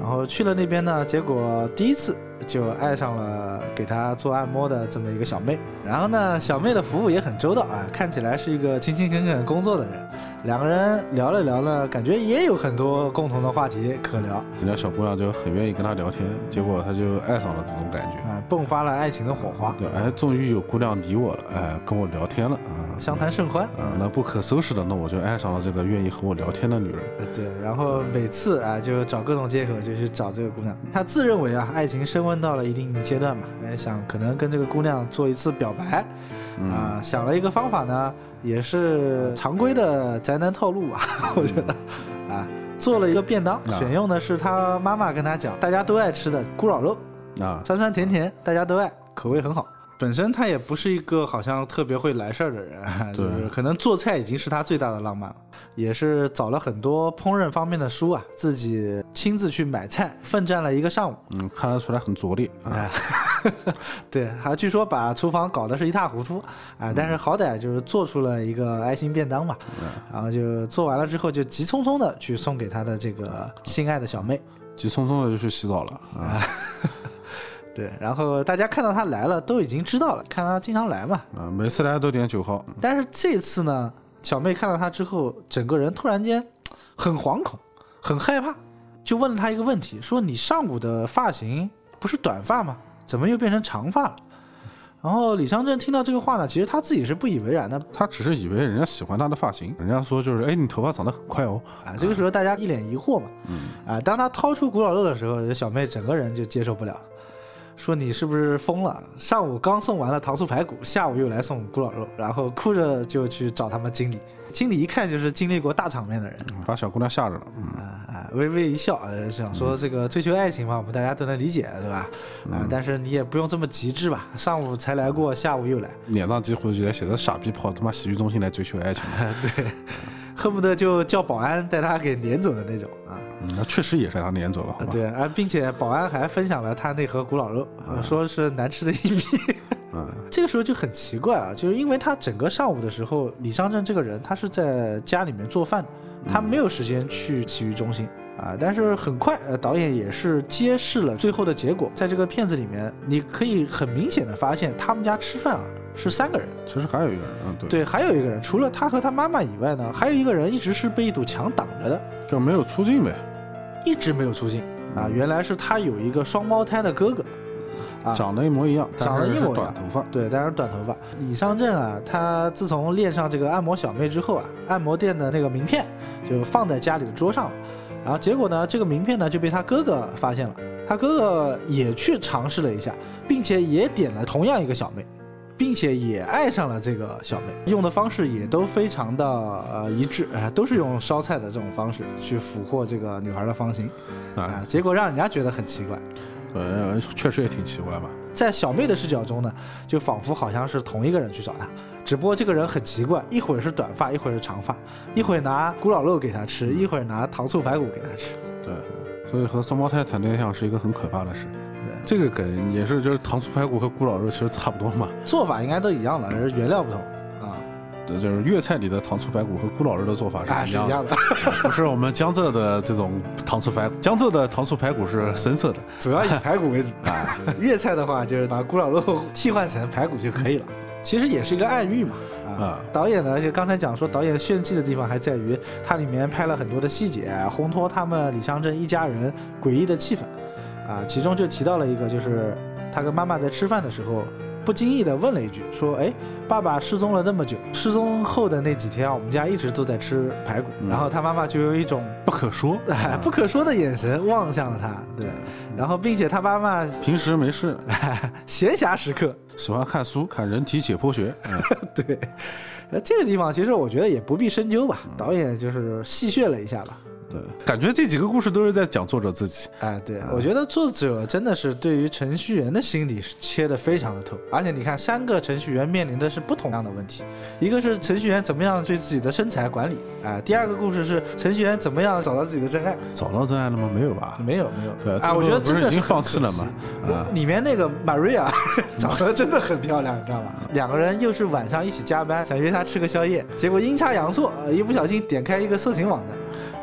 [SPEAKER 1] 然后去了那边呢，结果第一次就爱上了给他做按摩的这么一个小妹。然后呢，小妹的服务也很周到啊，看起来是一个勤勤恳恳工作的人。两个人聊了聊呢，感觉也有很多共同的话题可聊。
[SPEAKER 2] 人家小姑娘就很愿意跟他聊天，结果他就爱上了这种感觉。
[SPEAKER 1] 啊，迸发了爱情的火花，
[SPEAKER 2] 对，哎，终于有姑娘理我了，哎，跟我聊天了啊，
[SPEAKER 1] 相谈甚欢。
[SPEAKER 2] 啊，那不可收拾的，那我就爱上了这个愿意和我聊天的女人。
[SPEAKER 1] 呃对，然后每次啊，就找各种借口就去找这个姑娘。他自认为啊，爱情升温到了一定阶段嘛，哎，想可能跟这个姑娘做一次表白，啊、想了一个方法呢，也是常规的宅男套路吧， [laughs] 我觉得，啊，做了一个便当，
[SPEAKER 2] 啊
[SPEAKER 1] 选用的是他妈妈跟他讲大家都爱吃的咕咾肉，
[SPEAKER 2] 啊，
[SPEAKER 1] 酸酸甜甜，大家都爱，口味很好。本身他也不是一个好像特别会来事儿的人，啊就
[SPEAKER 2] 对
[SPEAKER 1] 是可能做菜已经是他最大的浪漫了，也是找了很多烹饪方面的书啊，自己亲自去买菜，奋战了一个上午。
[SPEAKER 2] 嗯，看得出来很拙劣啊，
[SPEAKER 1] 哎，对，还据说把厨房搞得是一塌糊涂啊、但是好歹就是做出了一个爱心便当嘛，然后就做完了之后就急匆匆的去送给他的这个心爱的小妹。
[SPEAKER 2] 急匆匆的就去洗澡了
[SPEAKER 1] 哎
[SPEAKER 2] 啊
[SPEAKER 1] 对，然后大家看到他来了，都已经知道了，看他经常来嘛，
[SPEAKER 2] 啊，每次来都点九号，
[SPEAKER 1] 但是这次呢，小妹看到他之后，整个人突然间很惶恐，很害怕，就问了他一个问题，说你上午的发型不是短发吗？怎么又变成长发了？然后李商正听到这个话呢，其实他自己是不以为然的
[SPEAKER 2] 他只是以为人家喜欢他的发型，人家说就是，哎，你头发长得很快哦，
[SPEAKER 1] 啊。这个时候大家一脸疑惑嘛，啊，当他掏出古老肉的时候，这小妹整个人就接受不了了，说你是不是疯了？上午刚送完了糖醋排骨，下午又来送古老肉，然后哭着就去找他们经理。经理一看就是经历过大场面的人，
[SPEAKER 2] 把小姑娘吓着了，嗯，
[SPEAKER 1] 啊啊，微微一笑，呃，想说这个追求爱情嘛，我们大家都能理解，对吧？
[SPEAKER 2] 嗯
[SPEAKER 1] 啊，但是你也不用这么极致吧，上午才来过，下午又来，
[SPEAKER 2] 脸上几乎就写着傻逼跑他妈洗浴中心来追求爱情，
[SPEAKER 1] 哎恨不得就叫保安带他给撵走的那种啊。
[SPEAKER 2] 嗯，那确实也被他撵走了，好
[SPEAKER 1] 啊
[SPEAKER 2] 吧？
[SPEAKER 1] 对啊，并且保安还分享了他那盒古老肉，说是难吃的一逼。
[SPEAKER 2] 啊，嗯
[SPEAKER 1] 这个时候就很奇怪啊，就是因为他整个上午的时候，李商镇这个人他是在家里面做饭，他没有时间去体育中心。啊，但是很快，呃，导演也是揭示了最后的结果。在这个片子里面，你可以很明显的发现，他们家吃饭啊是三个人，
[SPEAKER 2] 其实还有一个人，嗯，对，
[SPEAKER 1] 对，还有一个人，除了他和他妈妈以外呢，还有一个人一直是被一堵墙挡着的，
[SPEAKER 2] 就没有出镜呗，
[SPEAKER 1] 一直没有出镜啊。原来是他有一个双胞胎的哥哥，啊
[SPEAKER 2] 长得一模一样，
[SPEAKER 1] 长得
[SPEAKER 2] 但是
[SPEAKER 1] 一模一样
[SPEAKER 2] 是短头发，
[SPEAKER 1] 对，但是短头发。李尚镇啊，他自从恋上这个按摩小妹之后啊，按摩店的那个名片就放在家里的桌上了。然后结果呢，这个名片呢就被他哥哥发现了，他哥哥也去尝试了一下，并且也点了同样一个小妹，并且也爱上了这个小妹，用的方式也都非常的呃一致，啊、都是用烧菜的这种方式去俘获这个女孩的芳心啊、
[SPEAKER 2] 哎，
[SPEAKER 1] 结果让人家觉得很奇怪。
[SPEAKER 2] 呃，确实也挺奇怪吧，
[SPEAKER 1] 在小妹的视角中呢，就仿佛好像是同一个人去找她，只不过这个人很奇怪，一会儿是短发，一会儿是长发，一会儿拿古老肉给她吃，一会儿拿糖醋排骨给她吃。
[SPEAKER 2] 对，所以和双胞胎谈对象是一个很可怕的事。
[SPEAKER 1] 对，
[SPEAKER 2] 这个梗也是，就是糖醋排骨和咕老肉其实差不多嘛，
[SPEAKER 1] 做法应该都一样的，而是原料不同啊，
[SPEAKER 2] 对就是粤菜里的糖醋排骨和咕老肉的做法
[SPEAKER 1] 啊
[SPEAKER 2] 是
[SPEAKER 1] 是
[SPEAKER 2] 一
[SPEAKER 1] 一
[SPEAKER 2] 样
[SPEAKER 1] 样
[SPEAKER 2] 的，
[SPEAKER 1] 的，
[SPEAKER 2] 不是我们江浙的这种糖醋排骨，江浙的糖醋排骨是深色的，
[SPEAKER 1] 主要以排骨为主 [laughs] 啊。粤菜的话，就是把古老肉替换成排骨就可以了。其实也是一个暗喻嘛啊。
[SPEAKER 2] 啊
[SPEAKER 1] 导演呢，就刚才讲说，导演炫技的地方还在于它里面拍了很多的细节，烘托他们李商镇一家人诡异的气氛。啊，其中就提到了一个，就是他跟妈妈在吃饭的时候，不经意的问了一句，说：“哎，爸爸失踪了那么久，失踪后的那几天啊，我们家一直都在吃排骨。”
[SPEAKER 2] 嗯
[SPEAKER 1] 然后他妈妈就用一种哎
[SPEAKER 2] 不
[SPEAKER 1] [laughs]
[SPEAKER 2] 可说。
[SPEAKER 1] 不可说的眼神望向了他，对。然后，并且他妈妈
[SPEAKER 2] 平时没事
[SPEAKER 1] 闲暇时刻， [laughs]
[SPEAKER 2] 喜欢看书，看人体解剖学，嗯
[SPEAKER 1] 对，呃，这个地方其实我觉得也不必深究吧，导演就是戏谑了一下吧。
[SPEAKER 2] 对，感觉这几个故事都是在讲作者自己。
[SPEAKER 1] 哎，对，我觉得作者真的是对于程序员的心理是切得非常的透，而且你看，三个程序员面临的是不同样的问题，一个是程序员怎么样对自己的身材管理，啊，第二个故事是程序员怎么样找到自己的真爱，
[SPEAKER 2] 找到真爱了吗？没有吧？
[SPEAKER 1] 没有没有，
[SPEAKER 2] 对啊，
[SPEAKER 1] 啊，我觉得
[SPEAKER 2] 最
[SPEAKER 1] 真的
[SPEAKER 2] 啊后不是已经
[SPEAKER 1] 很
[SPEAKER 2] 放弃
[SPEAKER 1] 可
[SPEAKER 2] 了
[SPEAKER 1] 惜
[SPEAKER 2] 吗？啊
[SPEAKER 1] 我，里面那个 Maria
[SPEAKER 2] [laughs]
[SPEAKER 1] 长得真的很漂亮，你知道吧？两个人又是晚上一起加班，想约她吃个宵夜，结果阴差阳错，呃一不小心点开一个色情网站，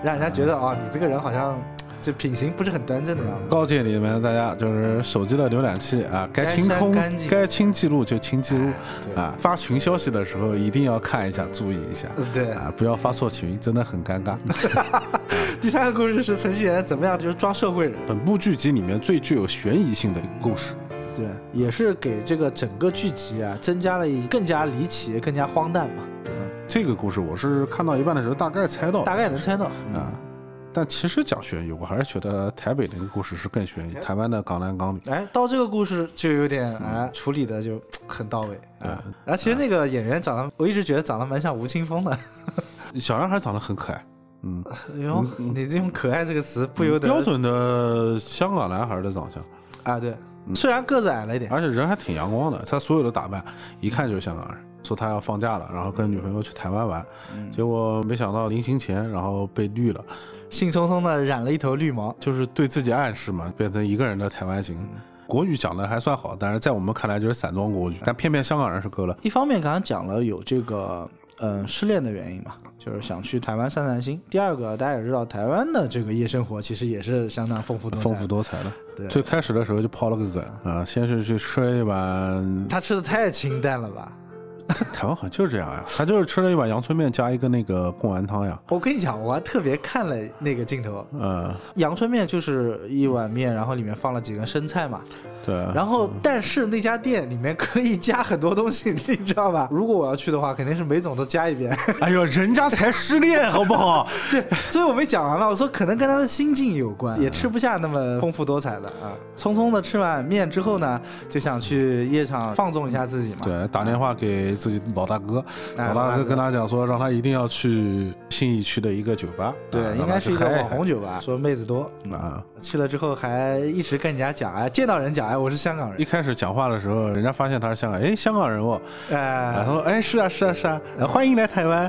[SPEAKER 1] 让人家觉得
[SPEAKER 2] 嗯
[SPEAKER 1] 啊、你这个人好像这品行不是很端正的样子。
[SPEAKER 2] 告诫你们大家，就是手机的浏览器啊，该清空
[SPEAKER 1] 该删干净、哎
[SPEAKER 2] 该清记录就清记录
[SPEAKER 1] 对
[SPEAKER 2] 啊。发群消息的时候一定要看一下，注意一下
[SPEAKER 1] 嗯 [laughs] 对，
[SPEAKER 2] 啊，不要发错群，真的很尴尬。 [laughs]
[SPEAKER 1] 第三个故事是程序员怎么样就是装社会人，
[SPEAKER 2] 本部剧集里面最具有悬疑性的一个故事，
[SPEAKER 1] 对，也是给这个整个剧集啊增加了一更加离奇、更加荒诞嘛，
[SPEAKER 2] 这个故事我是看到一半的时候大概猜到的
[SPEAKER 1] 大概能猜 [laughs] 到。
[SPEAKER 2] 啊。但其实讲悬疑，我还是觉得台北那个故事是更悬疑，台湾的《港男港女》
[SPEAKER 1] 哎，到这个故事就有点哎处理的就很到位啊。
[SPEAKER 2] 嗯
[SPEAKER 1] 然后其实那个演员长得，我一直觉得长得蛮像吴青峰的。
[SPEAKER 2] 小男孩长得很可爱，嗯，
[SPEAKER 1] 哎呦， [laughs] 你这用“可爱”这个词不由得
[SPEAKER 2] 标准的香港男孩的长相，
[SPEAKER 1] 啊，对，虽然个子矮了一点，
[SPEAKER 2] 而且人还挺阳光的，他所有的打扮一看就是香港人。说他要放假了，然后跟女朋友去台湾玩，
[SPEAKER 1] 嗯
[SPEAKER 2] 结果没想到临行前，然后被绿了，
[SPEAKER 1] 兴冲冲的染了一头绿毛。
[SPEAKER 2] 就是对自己暗示嘛，变成一个人的台湾行。国语讲的还算好，但是在我们看来就是散装国语，但偏偏香港人是够了。
[SPEAKER 1] 一方面刚刚讲了有这个嗯、呃失恋的原因嘛，就是想去台湾散散心。第二个大家也知道，台湾的这个夜生活其实也是相当丰富多彩。
[SPEAKER 2] 丰富。多彩的。
[SPEAKER 1] 对
[SPEAKER 2] 最开始的时候就抛了个梗啊，先是去吃了一碗，
[SPEAKER 1] 他吃的太清淡了吧？
[SPEAKER 2] 台湾好像就是这样呀，他就是吃了一碗阳春面加一个那个贡丸汤呀，
[SPEAKER 1] 我跟你讲，我还特别看了那个镜头，
[SPEAKER 2] 嗯，
[SPEAKER 1] 阳春面就是一碗面，然后里面放了几根生菜嘛。
[SPEAKER 2] 对，
[SPEAKER 1] 然后，但是那家店里面可以加很多东西，你知道吧？如果我要去的话，肯定是每种都加一遍。
[SPEAKER 2] 哎呦，人家才失恋好不好？
[SPEAKER 1] 所以我没讲完嘛，我说可能跟他的心境有关，也吃不下那么丰富多彩的啊。匆匆的吃完面之后呢，就想去夜场放纵一下自己嘛。
[SPEAKER 2] 对，打电话给自己老大哥，
[SPEAKER 1] 哎
[SPEAKER 2] 老
[SPEAKER 1] 老大
[SPEAKER 2] 大
[SPEAKER 1] 哥
[SPEAKER 2] 哥跟他讲说，让他一定要去信义区的一个酒吧，啊
[SPEAKER 1] 对，应 [laughs] 该是一个网红酒吧，说妹子多。
[SPEAKER 2] 啊。
[SPEAKER 1] 去了之后还一直跟人家讲，哎，见到人讲，哎，我是香港人 [laughs]
[SPEAKER 2] 一，开始讲话的时候，人家发现他是香港，哎，香港人哦，然
[SPEAKER 1] 哎，
[SPEAKER 2] 后哎，是啊，是啊，是啊，呃欢迎来台
[SPEAKER 1] [laughs]
[SPEAKER 2] 湾，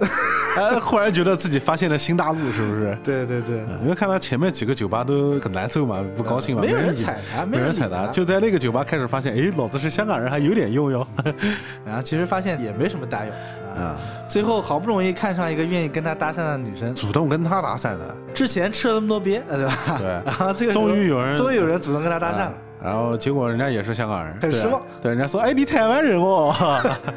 [SPEAKER 2] 哎，忽然觉得自己发现了新大陆，是不是？
[SPEAKER 1] 对对对，
[SPEAKER 2] 嗯因为看到前面几个酒吧都很难受嘛，不高兴嘛，
[SPEAKER 1] 没有
[SPEAKER 2] 人
[SPEAKER 1] 人
[SPEAKER 2] 理
[SPEAKER 1] 踩他，
[SPEAKER 2] 没人
[SPEAKER 1] 人
[SPEAKER 2] 踩
[SPEAKER 1] 理
[SPEAKER 2] 他，就在那个酒吧开始发现，哎，老子是香港人，还有
[SPEAKER 1] [laughs]
[SPEAKER 2] 点用哟。
[SPEAKER 1] 然后其实发现也没什么搭友啊。
[SPEAKER 2] 啊，
[SPEAKER 1] 最后好不容易看上一个愿意跟他搭讪的女生，
[SPEAKER 2] 主动跟他搭讪
[SPEAKER 1] [laughs]
[SPEAKER 2] 的，
[SPEAKER 1] 之前吃了那么多鳖，呃对吧？
[SPEAKER 2] 对
[SPEAKER 1] [laughs] 然后这个时候
[SPEAKER 2] 终于有人，
[SPEAKER 1] 终于有人主动跟他搭讪
[SPEAKER 2] 啊
[SPEAKER 1] 了，
[SPEAKER 2] 然后结果人家也是香港人，
[SPEAKER 1] 很
[SPEAKER 2] 对啊
[SPEAKER 1] 失望。
[SPEAKER 2] 对，人家说，哎，你台湾人哦。 [laughs]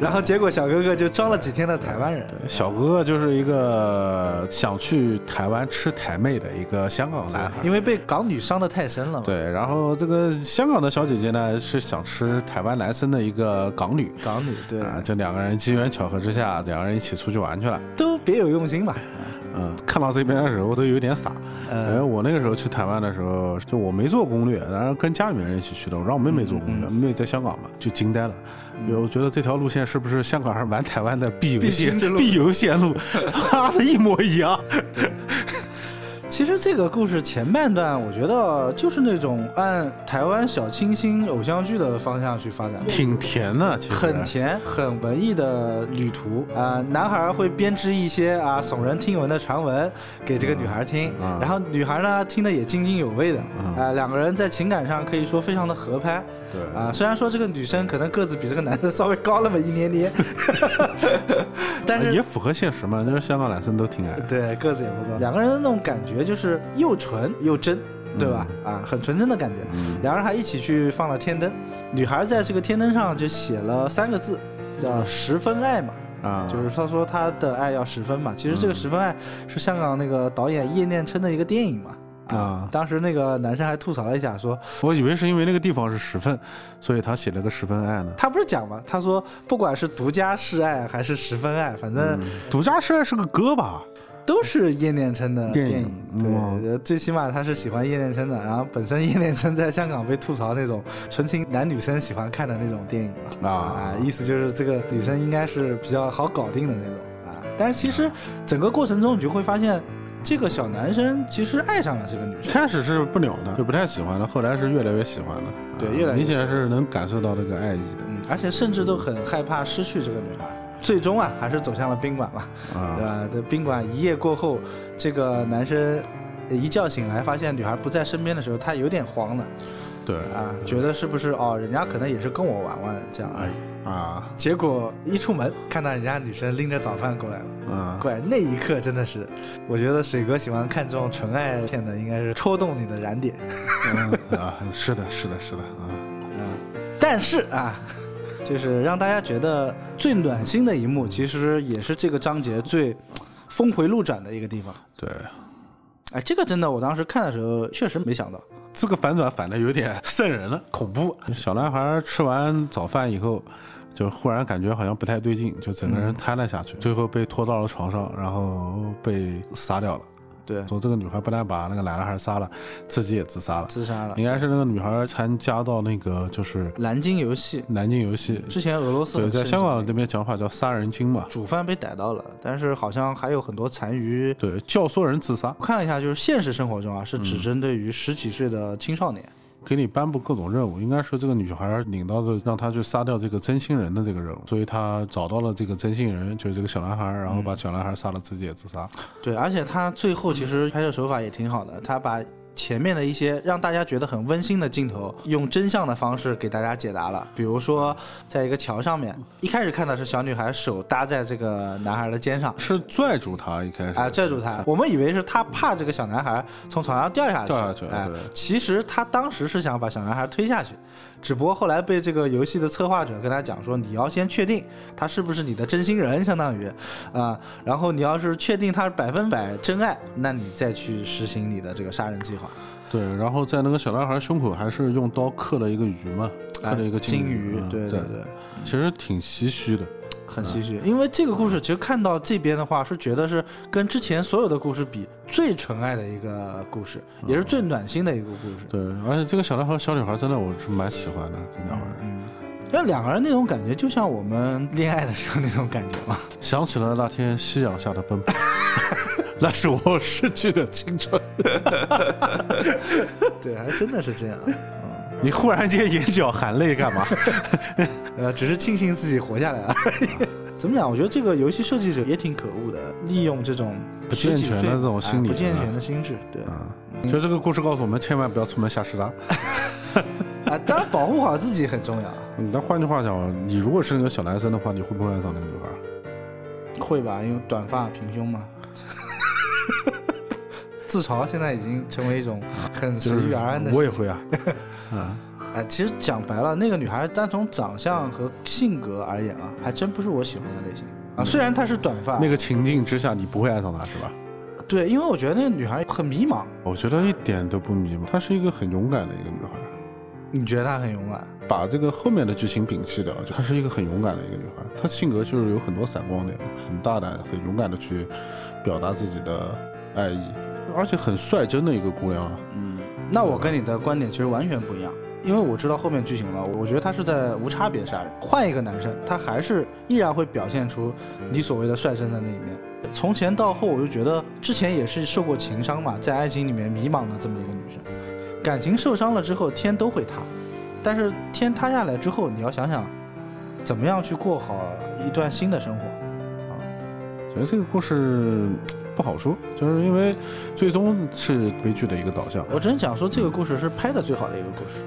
[SPEAKER 1] 然后结果小哥哥就装了几天的台湾人，
[SPEAKER 2] 小哥哥就是一个想去台湾吃台妹的一个香港男孩。
[SPEAKER 1] 啊因为被港女伤的太深了嘛。
[SPEAKER 2] 啊对，然后这个香港的小姐姐呢是想吃台湾男生的一个港女
[SPEAKER 1] 港女对，
[SPEAKER 2] 啊，这两个人机缘巧合之下，两个人一起出去玩去了。
[SPEAKER 1] 都别有用心吧。
[SPEAKER 2] 嗯，看到这边的时候都有点傻。哎，
[SPEAKER 1] 呃，
[SPEAKER 2] 我那个时候去台湾的时候，就我没做攻略，然后跟家里面人一起去的，我让我妹妹做
[SPEAKER 1] 嗯
[SPEAKER 2] 攻略，妹妹在香港嘛，就惊呆了。我觉得这条路线是不是香港人玩台湾的必由
[SPEAKER 1] 必经
[SPEAKER 2] 线
[SPEAKER 1] 之路
[SPEAKER 2] 必由线路？ [laughs] 妈的，一模
[SPEAKER 1] [laughs]
[SPEAKER 2] 一样。
[SPEAKER 1] 其实这个故事前半段，我觉得就是那种按台湾小清新偶像剧的方向去发展的。
[SPEAKER 2] 挺甜的，其实
[SPEAKER 1] 很。甜、很文艺的旅途啊、男孩会编织一些啊耸人听闻的传闻给这个女孩听，
[SPEAKER 2] 嗯
[SPEAKER 1] 然后女孩呢听得也津津有味的，啊、两个人在情感上可以说非常的合拍
[SPEAKER 2] 对
[SPEAKER 1] 啊、虽然说这个女生可能个子比这个男生稍微高那么一点
[SPEAKER 2] [laughs]
[SPEAKER 1] 点，但是
[SPEAKER 2] 啊也符合现实嘛，就是香港男生都挺矮。
[SPEAKER 1] 对个子也不高，两个人的那种感觉就是又纯又真，对吧？啊，很纯真的感觉。
[SPEAKER 2] 嗯，
[SPEAKER 1] 两人还一起去放了天灯，女孩在这个天灯上就写了三个字，叫“十分爱”嘛，
[SPEAKER 2] 嗯啊，嗯
[SPEAKER 1] 就是她说她的爱要十分嘛。其实这个“十分爱”是香港那个导演叶念琛的一个电影嘛。
[SPEAKER 2] 啊
[SPEAKER 1] 当时那个男生还吐槽了一下，说
[SPEAKER 2] 我以为是因为那个地方是十分，所以他写了个十分爱呢。
[SPEAKER 1] 他不是讲嘛，他说不管是独家示爱还是十分爱，反正
[SPEAKER 2] 独家是是个歌吧？
[SPEAKER 1] 都是叶念琛的
[SPEAKER 2] 电
[SPEAKER 1] 电
[SPEAKER 2] 影嗯
[SPEAKER 1] 对，呃最起码他是喜欢叶念琛的。然后本身叶念琛在香港被吐槽那种纯情男女生喜欢看的那种电影嘛。啊
[SPEAKER 2] 啊，
[SPEAKER 1] 意思就是这个女生应该是比较好搞定的那种啊。但是其实整个过程中，你就会发现，这个小男生其实爱上了这个女
[SPEAKER 2] 一
[SPEAKER 1] 生。
[SPEAKER 2] 开始是不了的，就不太喜欢的，后来是越来越喜欢的。
[SPEAKER 1] 对
[SPEAKER 2] 啊
[SPEAKER 1] 越来越
[SPEAKER 2] 明显是能感受到这个爱意的
[SPEAKER 1] 嗯，而且甚至都很害怕失去这个女孩。最终啊，还是走向了宾馆嘛，对
[SPEAKER 2] 啊。
[SPEAKER 1] 吧？这宾馆一夜过后，这个男生一觉醒来，发现女孩不在身边的时候，他有点慌了
[SPEAKER 2] 对
[SPEAKER 1] 啊，觉得是不是哦，人家可能也是跟我玩玩这样而已。
[SPEAKER 2] 啊
[SPEAKER 1] 结果一出门，看到人家女生拎着早饭过来了。
[SPEAKER 2] 啊，
[SPEAKER 1] 怪那一刻真的是，我觉得水哥喜欢看这种纯爱片的，应该是戳动你的燃点。
[SPEAKER 2] 嗯啊，是的，是的，是的啊。
[SPEAKER 1] 但是啊， [laughs] 就是让大家觉得最暖心的一幕，其实也是这个章节最峰回路转的一个地方。
[SPEAKER 2] 对，
[SPEAKER 1] 哎，这个真的，我当时看的时候确实没想到。
[SPEAKER 2] 这个反转反的有点 [laughs] 瘆人了，恐怖。小男孩吃完早饭以后，就忽然感觉好像不太对劲，就整个
[SPEAKER 1] 嗯
[SPEAKER 2] 人瘫了下去，最后被拖到了床上，然后被杀掉了。
[SPEAKER 1] 对，
[SPEAKER 2] 说这个女孩不但把那个男孩杀了，自己也自杀了，
[SPEAKER 1] 自杀了。
[SPEAKER 2] 应该是那个女孩参加到那个就是
[SPEAKER 1] 蓝鲸游戏
[SPEAKER 2] 南京游戏，
[SPEAKER 1] 之前俄罗斯
[SPEAKER 2] 对，
[SPEAKER 1] 很
[SPEAKER 2] 在
[SPEAKER 1] 盛
[SPEAKER 2] 香港
[SPEAKER 1] 行
[SPEAKER 2] 那边讲法叫杀人鲸嘛，
[SPEAKER 1] 主犯被逮到了，但是好像还有很多残余。
[SPEAKER 2] 对，教唆人自杀，
[SPEAKER 1] 我看了一下，就是现实生活中啊，是
[SPEAKER 2] 嗯
[SPEAKER 1] 只针对于十几岁的青少年。
[SPEAKER 2] 给你颁布各种任务，应该是这个女孩领到的，让她去杀掉这个真心人的这个任务，所以她找到了这个真心人，就是这个小男孩，然
[SPEAKER 1] 嗯
[SPEAKER 2] 后把小男孩杀了，自己也自杀。
[SPEAKER 1] 对，而且他最后其实拍摄手法也挺好的，他把前面的一些让大家觉得很温馨的镜头，用真相的方式给大家解答了。比如说，在一个桥上面，一开始看的是小女孩手搭在这个男孩的肩上，
[SPEAKER 2] 是拽住她一开始
[SPEAKER 1] 啊，拽住他。我们以为是他怕这个小男孩从床上掉下去，
[SPEAKER 2] 掉下去
[SPEAKER 1] 哎
[SPEAKER 2] 对，
[SPEAKER 1] 其实他当时是想把小男孩推下去，只不过后来被这个游戏的策划者跟他讲说，你要先确定他是不是你的真心人，相当于，啊、然后你要是确定他是百分百真爱，那你再去实行你的这个杀人计划。
[SPEAKER 2] 对，然后在那个小男孩胸口还是用刀刻了一个鱼嘛，刻
[SPEAKER 1] 啊
[SPEAKER 2] 了一个
[SPEAKER 1] 金
[SPEAKER 2] 鱼，啊嗯
[SPEAKER 1] 对对对。
[SPEAKER 2] 其实挺唏嘘的。
[SPEAKER 1] 很唏嘘，因为这个故事其实看到这边的话，是觉得是跟之前所有的故事比最纯爱的一个故事，
[SPEAKER 2] 嗯
[SPEAKER 1] 也是最暖心的一个故事。
[SPEAKER 2] 对，而且这个小男孩、小女孩真的我是蛮喜欢的，这两个人。
[SPEAKER 1] 嗯，那两个人那种感觉，就像我们恋爱的时候那种感觉 [laughs] 嘛。
[SPEAKER 2] 想起了那天夕阳下的奔跑， [laughs] 那是我逝去的青春。
[SPEAKER 1] 对，还真的是这样。嗯，
[SPEAKER 2] 你忽然间眼角含泪干嘛？
[SPEAKER 1] [laughs] 呃，只是庆幸自己活下来了而已。 [laughs] 怎么讲？我觉得这个游戏设计者也挺可恶的，利用这种
[SPEAKER 2] 不健全的这种心理
[SPEAKER 1] 哎不健全的心智，对啊、
[SPEAKER 2] 啊，就这个故事告诉我们，千万不要出门瞎吃拉。
[SPEAKER 1] 啊当然保护好自己很重要，
[SPEAKER 2] 嗯但换句话讲，你如果是那个小男生的话，你会不会爱上那个女孩？
[SPEAKER 1] 会吧？因为短发平胸嘛。 [laughs] 自嘲现在已经成为一种很随遇而安的事情。
[SPEAKER 2] 我也会啊。啊，
[SPEAKER 1] 哎，其实讲白了，那个女孩单从长相和性格而言啊，还真不是我喜欢的类型啊。虽然她是短发，
[SPEAKER 2] 那个情境之下，你不会爱上她是吧？
[SPEAKER 1] 对，因为我觉得那个女孩很迷茫。
[SPEAKER 2] 我觉得一点都不迷茫，她是一个很勇敢的一个女孩。
[SPEAKER 1] 你觉得她很勇敢？
[SPEAKER 2] 把这个后面的剧情摒弃掉，就她是一个很勇敢的一个女孩，她性格就是有很多闪光点，很大胆、很勇敢的去表达自己的爱意，而且很率真的一个姑娘啊。
[SPEAKER 1] 嗯，那我跟你的观点其实完全不一样，因为我知道后面剧情了，我觉得她是在无差别杀人。换一个男生，他还是依然会表现出你所谓的率真的那一面。从前到后，我就觉得之前也是受过情伤嘛，在爱情里面迷茫的这么一个女生，感情受伤了之后，天都会塌。但是天塌下来之后，你要想想，怎么样去过好一段新的生活。
[SPEAKER 2] 觉得这个故事不好说，就是因为最终是悲剧的一个导向，
[SPEAKER 1] 我只能讲说，这个故事是拍的最好的一个故事。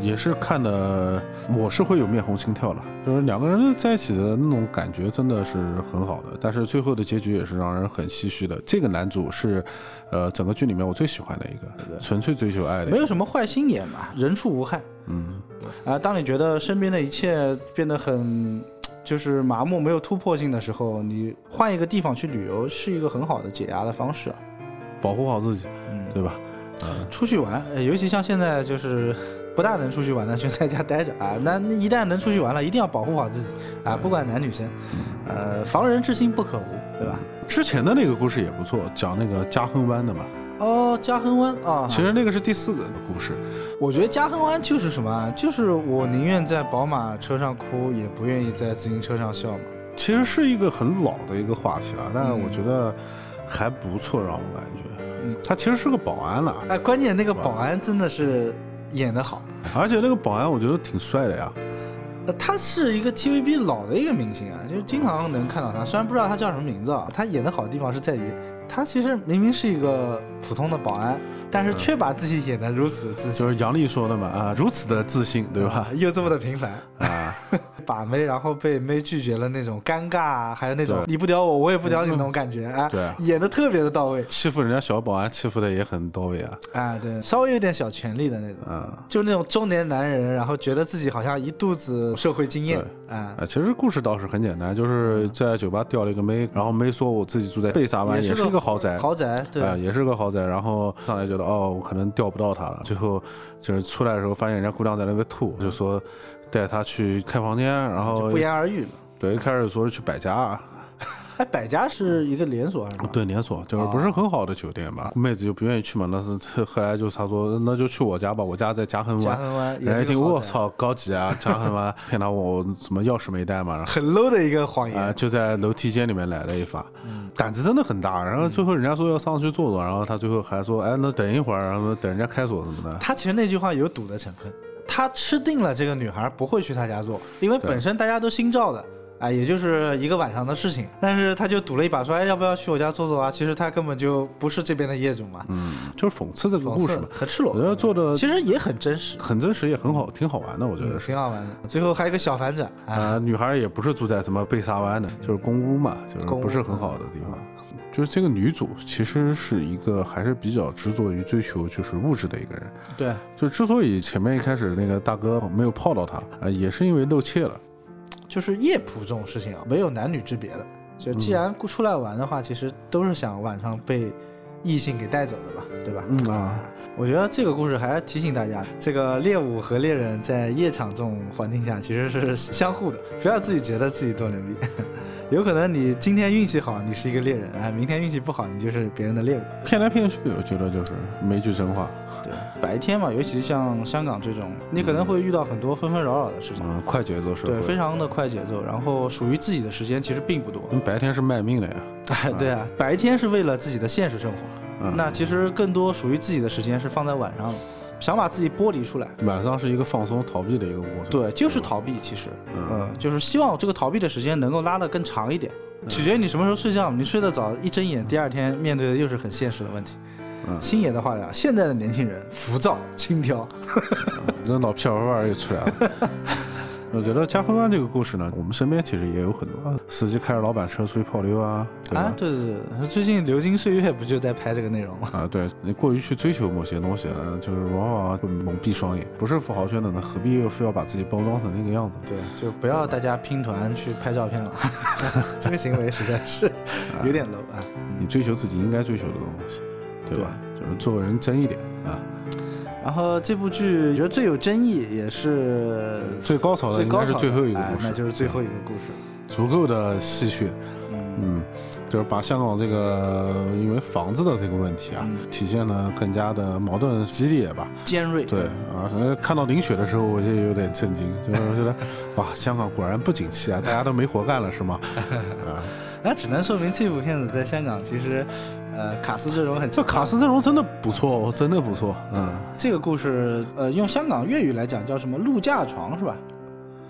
[SPEAKER 2] 也是看的我是会有面红心跳了，就是两个人在一起的那种感觉真的是很好的，但是最后的结局也是让人很唏嘘的。这个男主是，呃，整个剧里面我最喜欢的一个，纯粹追求爱的一
[SPEAKER 1] 没
[SPEAKER 2] 个，
[SPEAKER 1] 有什么坏心眼嘛，人畜无害。
[SPEAKER 2] 嗯，
[SPEAKER 1] 啊，当你觉得身边的一切变得很就是麻木、没有突破性的时候，你换一个地方去旅游是一个很好的解压的方式啊。
[SPEAKER 2] 保护好自己，
[SPEAKER 1] 嗯，
[SPEAKER 2] 对吧？
[SPEAKER 1] 出去玩，呃尤其像现在就是不大能出去玩的，就在家待着啊。那那一旦能出去玩了，一定要保护好自己啊，不管男女生，呃，防人之心不可无，对吧？
[SPEAKER 2] 之前的那个故事也不错，讲那个嘉亨湾的嘛，
[SPEAKER 1] 哦，嘉亨湾啊，
[SPEAKER 2] 其实那个是第四个故事，
[SPEAKER 1] 我觉得嘉亨湾就是什么啊，就是我宁愿在宝马车上哭，也不愿意在自行车上笑嘛。
[SPEAKER 2] 其实是一个很老的一个话题了，但是我觉得还不错，让我感
[SPEAKER 1] 嗯
[SPEAKER 2] 觉。他其实是个保安了，
[SPEAKER 1] 哎，关键那个保安真的是演得好，
[SPEAKER 2] 而且那个保安我觉得挺帅的呀。
[SPEAKER 1] 呃他是一个 TVB 老的一个明星啊，就是经常能看到他，虽然不知道他叫什么名字啊。他演得好的地方是在于，他其实明明是一个普通的保安，但
[SPEAKER 2] 嗯
[SPEAKER 1] 是却把自己演得如此的自信，
[SPEAKER 2] 就是杨笠说的嘛，啊，如此的自信，对
[SPEAKER 1] [laughs]
[SPEAKER 2] 吧？
[SPEAKER 1] 又这么的平凡，
[SPEAKER 2] 啊，
[SPEAKER 1] 把妹然后被妹拒绝了那种尴尬啊，还有那种
[SPEAKER 2] 对嗯
[SPEAKER 1] 你不屌我，我也不屌你那种感觉啊，
[SPEAKER 2] 对
[SPEAKER 1] 演得特别的到位。
[SPEAKER 2] 欺负人家小保安欺负的也很到位啊，
[SPEAKER 1] 啊，对，稍微有点小权力的那种，
[SPEAKER 2] 啊。
[SPEAKER 1] 就是那种中年男人，然后觉得自己好像一肚子社会经验啊，
[SPEAKER 2] 啊，其实故事倒是很简单，就是在酒吧钓了一个妹，然后妹说我自己住在贝萨湾，
[SPEAKER 1] 也
[SPEAKER 2] 也
[SPEAKER 1] 是个
[SPEAKER 2] 是一个豪宅，
[SPEAKER 1] 豪宅，对，
[SPEAKER 2] 啊，也是个豪宅。然后上来觉得哦，我可能钓不到她了。最后就是出来的时候，发现人家姑娘在那边吐，就说带她去开房间，然
[SPEAKER 1] 就
[SPEAKER 2] 后
[SPEAKER 1] 不言而喻嘛。
[SPEAKER 2] 对，一开始说是去百家，
[SPEAKER 1] 哎，百家是一个连锁还是什么？
[SPEAKER 2] 对连锁，就是
[SPEAKER 1] 哦
[SPEAKER 2] 不是很好的酒店吧。妹子就不愿意去嘛，那是这后来就她说那就去我家吧，我家在嘉亨
[SPEAKER 1] 嘉
[SPEAKER 2] 湾。
[SPEAKER 1] 亨湾也
[SPEAKER 2] 人家一
[SPEAKER 1] 是
[SPEAKER 2] 听
[SPEAKER 1] 个豪
[SPEAKER 2] 嗯哎我
[SPEAKER 1] 宅，
[SPEAKER 2] 操，高级啊，嘉亨湾， [laughs] 骗他我什么钥匙没带嘛，然后。
[SPEAKER 1] 很 low 的一个谎
[SPEAKER 2] 啊、
[SPEAKER 1] 言。嗯
[SPEAKER 2] 就在楼梯间里面来了一发，胆子真的很大。然后最后人家说要上去坐坐，然后他最后还说，哎，那等一会儿，然后等人家开锁什么的。
[SPEAKER 1] 他其实那句话有赌的成分，他吃定了这个女孩不会去他家做，因为本身大家都心照的。啊，也就是一个晚上的事情，但是他就赌了一把，说，哎，要不要去我家坐坐啊？其实他根本就不是这边的业主嘛，
[SPEAKER 2] 嗯，就是讽刺这个
[SPEAKER 1] 讽
[SPEAKER 2] 故
[SPEAKER 1] 刺
[SPEAKER 2] 事嘛，呃
[SPEAKER 1] 很赤
[SPEAKER 2] 我觉
[SPEAKER 1] 裸，
[SPEAKER 2] 得做的
[SPEAKER 1] 其实也很真实。
[SPEAKER 2] 很真实，也很好，挺好玩的，我觉
[SPEAKER 1] 嗯
[SPEAKER 2] 得是。
[SPEAKER 1] 挺好玩的。最后还有一个小反转啊，
[SPEAKER 2] 啊、女孩也不是住在什么贝萨湾的，
[SPEAKER 1] 嗯
[SPEAKER 2] 就是公屋嘛，就是
[SPEAKER 1] 公屋
[SPEAKER 2] 不是很好的地方。
[SPEAKER 1] 嗯
[SPEAKER 2] 就是这个女主其实是一个还是比较执着于追求就是物质的一个人。
[SPEAKER 1] 对，
[SPEAKER 2] 就之所以前面一开始那个大哥没有泡到她，啊、也是因为露怯了。
[SPEAKER 1] 就是夜蒲这种事情啊，没有男女之别的。就
[SPEAKER 2] 嗯
[SPEAKER 1] 既然出来玩的话，其实都是想晚上被异性给带走的吧，对吧？
[SPEAKER 2] 嗯啊，
[SPEAKER 1] 我觉得这个故事还是提醒大家，这个猎物和猎人在夜场这种环境下其实是相互的，不要自己觉得自己多牛逼， [laughs] 有可能你今天运气好，你是一个猎人，哎，明天运气不好，你就是别人的猎物。
[SPEAKER 2] 骗来骗去，我觉得就是没句真话。
[SPEAKER 1] 对，白天嘛，尤其像香港这种，你可能会遇到很多纷纷扰扰的事情。
[SPEAKER 2] 嗯，快节奏社
[SPEAKER 1] 对，非
[SPEAKER 2] 会。
[SPEAKER 1] 常的快节奏，然后属于自己的时间其实并不多。
[SPEAKER 2] 嗯白天是卖命的呀，
[SPEAKER 1] 哎， [laughs] 对啊，白天是为了自己的现实生活，
[SPEAKER 2] 嗯
[SPEAKER 1] 那其实更多属于自己的时间是放在晚上了。想把自己剥离出来。
[SPEAKER 2] 晚上是一个放松逃避的一个过程。
[SPEAKER 1] 对，就是逃避，其实，嗯，就是希望这个逃避的时间能够拉得更长一点，取决于你什么时候睡觉。你睡得早，一睁眼，第二天面对的又是很现实的问题。星爷的话讲，现在的年轻人浮躁、轻佻，
[SPEAKER 2] 那老屁小味儿又出来
[SPEAKER 1] [laughs]
[SPEAKER 2] 了。我觉得加菲湾这个故事呢，我们身边其实也有很多司机开着老板车出去泡妞啊，对吧？
[SPEAKER 1] 啊，对对对，最近《流金岁月》不就在拍这个内容吗？
[SPEAKER 2] 啊，对你过于去追求某些东西了，就是往往会蒙蔽双眼。不是富豪圈的呢，何必又非要把自己包装成那个样子？
[SPEAKER 1] 对，就不要大家拼团去拍照片了， [laughs] 这个行为实在是有点 low 啊。
[SPEAKER 2] 你追求自己应该追求的东西，对吧？就是做个人真一点啊。
[SPEAKER 1] 然后这部剧觉得最有争议，也是
[SPEAKER 2] 最高潮的
[SPEAKER 1] 最
[SPEAKER 2] 应
[SPEAKER 1] 高
[SPEAKER 2] 该是
[SPEAKER 1] 潮的
[SPEAKER 2] 最后一个
[SPEAKER 1] 哎
[SPEAKER 2] 故事，
[SPEAKER 1] 那就是最后一个故事。
[SPEAKER 2] 足够的戏谑，嗯，就是把香港这个因为房子的这个问题啊，
[SPEAKER 1] 嗯
[SPEAKER 2] 体现的更加的矛盾激烈吧。
[SPEAKER 1] 尖锐，
[SPEAKER 2] 对啊，呃看到林雪的时候，我就有点震惊，就是觉得哇，香港果然不景气啊，大家都没活干了是吗？啊，
[SPEAKER 1] 那只能说明这部片子在香港其实，呃，卡斯阵容很
[SPEAKER 2] 这
[SPEAKER 1] 强。
[SPEAKER 2] 卡斯阵容真的不错，哦，真的不错，嗯，
[SPEAKER 1] 这个故事，呃，用香港粤语来讲叫什么？陆架床是吧？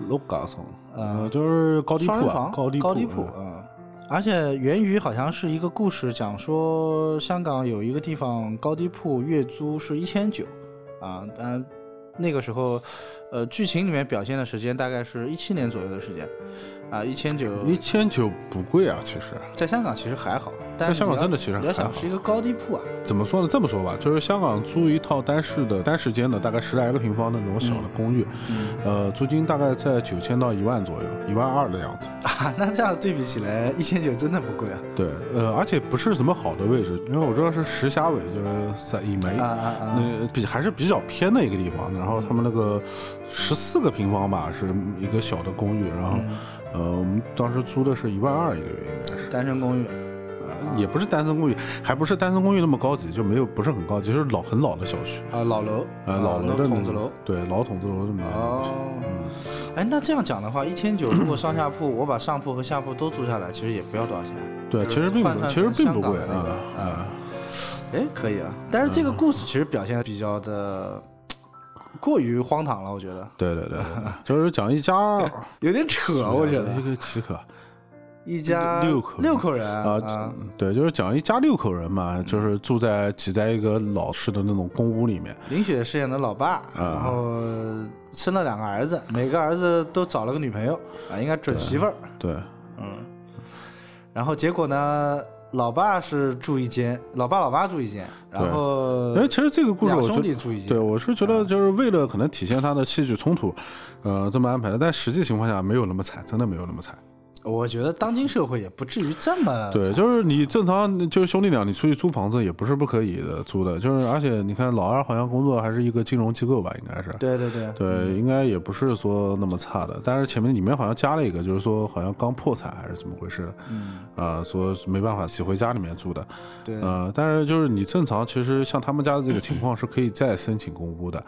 [SPEAKER 2] 楼嘎床，
[SPEAKER 1] 呃
[SPEAKER 2] 呃，就是高低铺
[SPEAKER 1] 双人
[SPEAKER 2] 啊
[SPEAKER 1] 床，，
[SPEAKER 2] 低
[SPEAKER 1] 高
[SPEAKER 2] 高
[SPEAKER 1] 低铺，嗯。而且源于好像是一个故事，讲说香港有一个地方高低铺月租是一千九，啊，嗯，那个时候，呃，剧情里面表现的时间大概是一七年左右的时间，啊，一千九
[SPEAKER 2] 一千九不贵啊，其实
[SPEAKER 1] 在香港其实还好，但
[SPEAKER 2] 在
[SPEAKER 1] 是
[SPEAKER 2] 香港
[SPEAKER 1] 你要
[SPEAKER 2] 真的其实
[SPEAKER 1] 你要
[SPEAKER 2] 还好
[SPEAKER 1] 想。是一个高低铺啊，
[SPEAKER 2] 怎么说呢？这么说吧，就是香港租一套单室的单室间的，大概十来个平方的那种小的公寓，
[SPEAKER 1] 嗯
[SPEAKER 2] 呃，租金大概在九千到一万左右，一万二的样子。
[SPEAKER 1] [laughs] 啊，那这样对比起来，一千九真的不贵啊，
[SPEAKER 2] 对，呃，而且不是什么好的位置，因为我知道是石峡尾，就是在以梅。
[SPEAKER 1] 啊啊啊！
[SPEAKER 2] 那比还是比较偏的一个地方，然后他们那个十四个平方吧，是一个小的公寓，然后、
[SPEAKER 1] 嗯
[SPEAKER 2] 呃，我们当时租的是一万二一个月，应该是，
[SPEAKER 1] 单身公寓，
[SPEAKER 2] 呃也不是单身公寓，还不是单身公寓那么高级，就没有不是很高级，就是老很老的小区，
[SPEAKER 1] 啊，老楼，
[SPEAKER 2] 呃，老楼的那
[SPEAKER 1] 筒子
[SPEAKER 2] 种
[SPEAKER 1] 楼。，
[SPEAKER 2] 对，老筒子楼这么一个东西。
[SPEAKER 1] 哦，
[SPEAKER 2] 嗯，
[SPEAKER 1] 哎，那这样讲的话，一 [coughs] 千九如果上下铺，我把上铺和下铺都租下来，其实也不要多少钱。
[SPEAKER 2] 对，
[SPEAKER 1] 就
[SPEAKER 2] 其
[SPEAKER 1] 是
[SPEAKER 2] 实并
[SPEAKER 1] 换
[SPEAKER 2] 不，
[SPEAKER 1] 算
[SPEAKER 2] 其实
[SPEAKER 1] 成
[SPEAKER 2] 并
[SPEAKER 1] 香
[SPEAKER 2] 不
[SPEAKER 1] 港
[SPEAKER 2] 贵
[SPEAKER 1] 的那
[SPEAKER 2] 啊
[SPEAKER 1] 个
[SPEAKER 2] 啊，
[SPEAKER 1] 哎，可以啊。但是这个故事其实表现得比较的过于荒唐了，我觉得
[SPEAKER 2] 对对对，对就是讲一家，
[SPEAKER 1] [laughs] 有点扯，我觉得
[SPEAKER 2] [laughs] 一个几口
[SPEAKER 1] 一家
[SPEAKER 2] 六口
[SPEAKER 1] 啊六口人
[SPEAKER 2] 啊，对，就是讲一家六口人嘛，
[SPEAKER 1] 嗯
[SPEAKER 2] 就是住在挤在一个老式的那种公屋里面，
[SPEAKER 1] 林雪饰演的老爸，然后生了两个儿子，每个儿子都找了个女朋友啊，应该准媳妇儿。
[SPEAKER 2] 对，
[SPEAKER 1] 嗯，然后结果呢，老爸是住一间，老爸老妈住一间，然后
[SPEAKER 2] 哎，其实这个故事
[SPEAKER 1] 两
[SPEAKER 2] 我觉
[SPEAKER 1] 呃兄
[SPEAKER 2] 得。
[SPEAKER 1] 弟住一间嗯
[SPEAKER 2] 对，，我是觉得就是为了可能体现他的戏剧冲突，呃，这么安排的，但实际情况下没有那么惨，真的没有那么惨。
[SPEAKER 1] 我觉得当今社会也不至于这么
[SPEAKER 2] 对，就是你正常就是兄弟俩，你出去租房子也不是不可以的，租的，就是而且你看老二好像工作还是一个金融机构吧，应该是，
[SPEAKER 1] 对对对
[SPEAKER 2] 对，应该也不是说那么差的，但是前面里面好像加了一个，就是说好像刚破产还是怎么回事的，
[SPEAKER 1] 嗯，
[SPEAKER 2] 呃，说没办法挤回家里面住的，
[SPEAKER 1] 对，
[SPEAKER 2] 呃，但是就是你正常，其实像他们家的这个情况是可以再申请公屋的，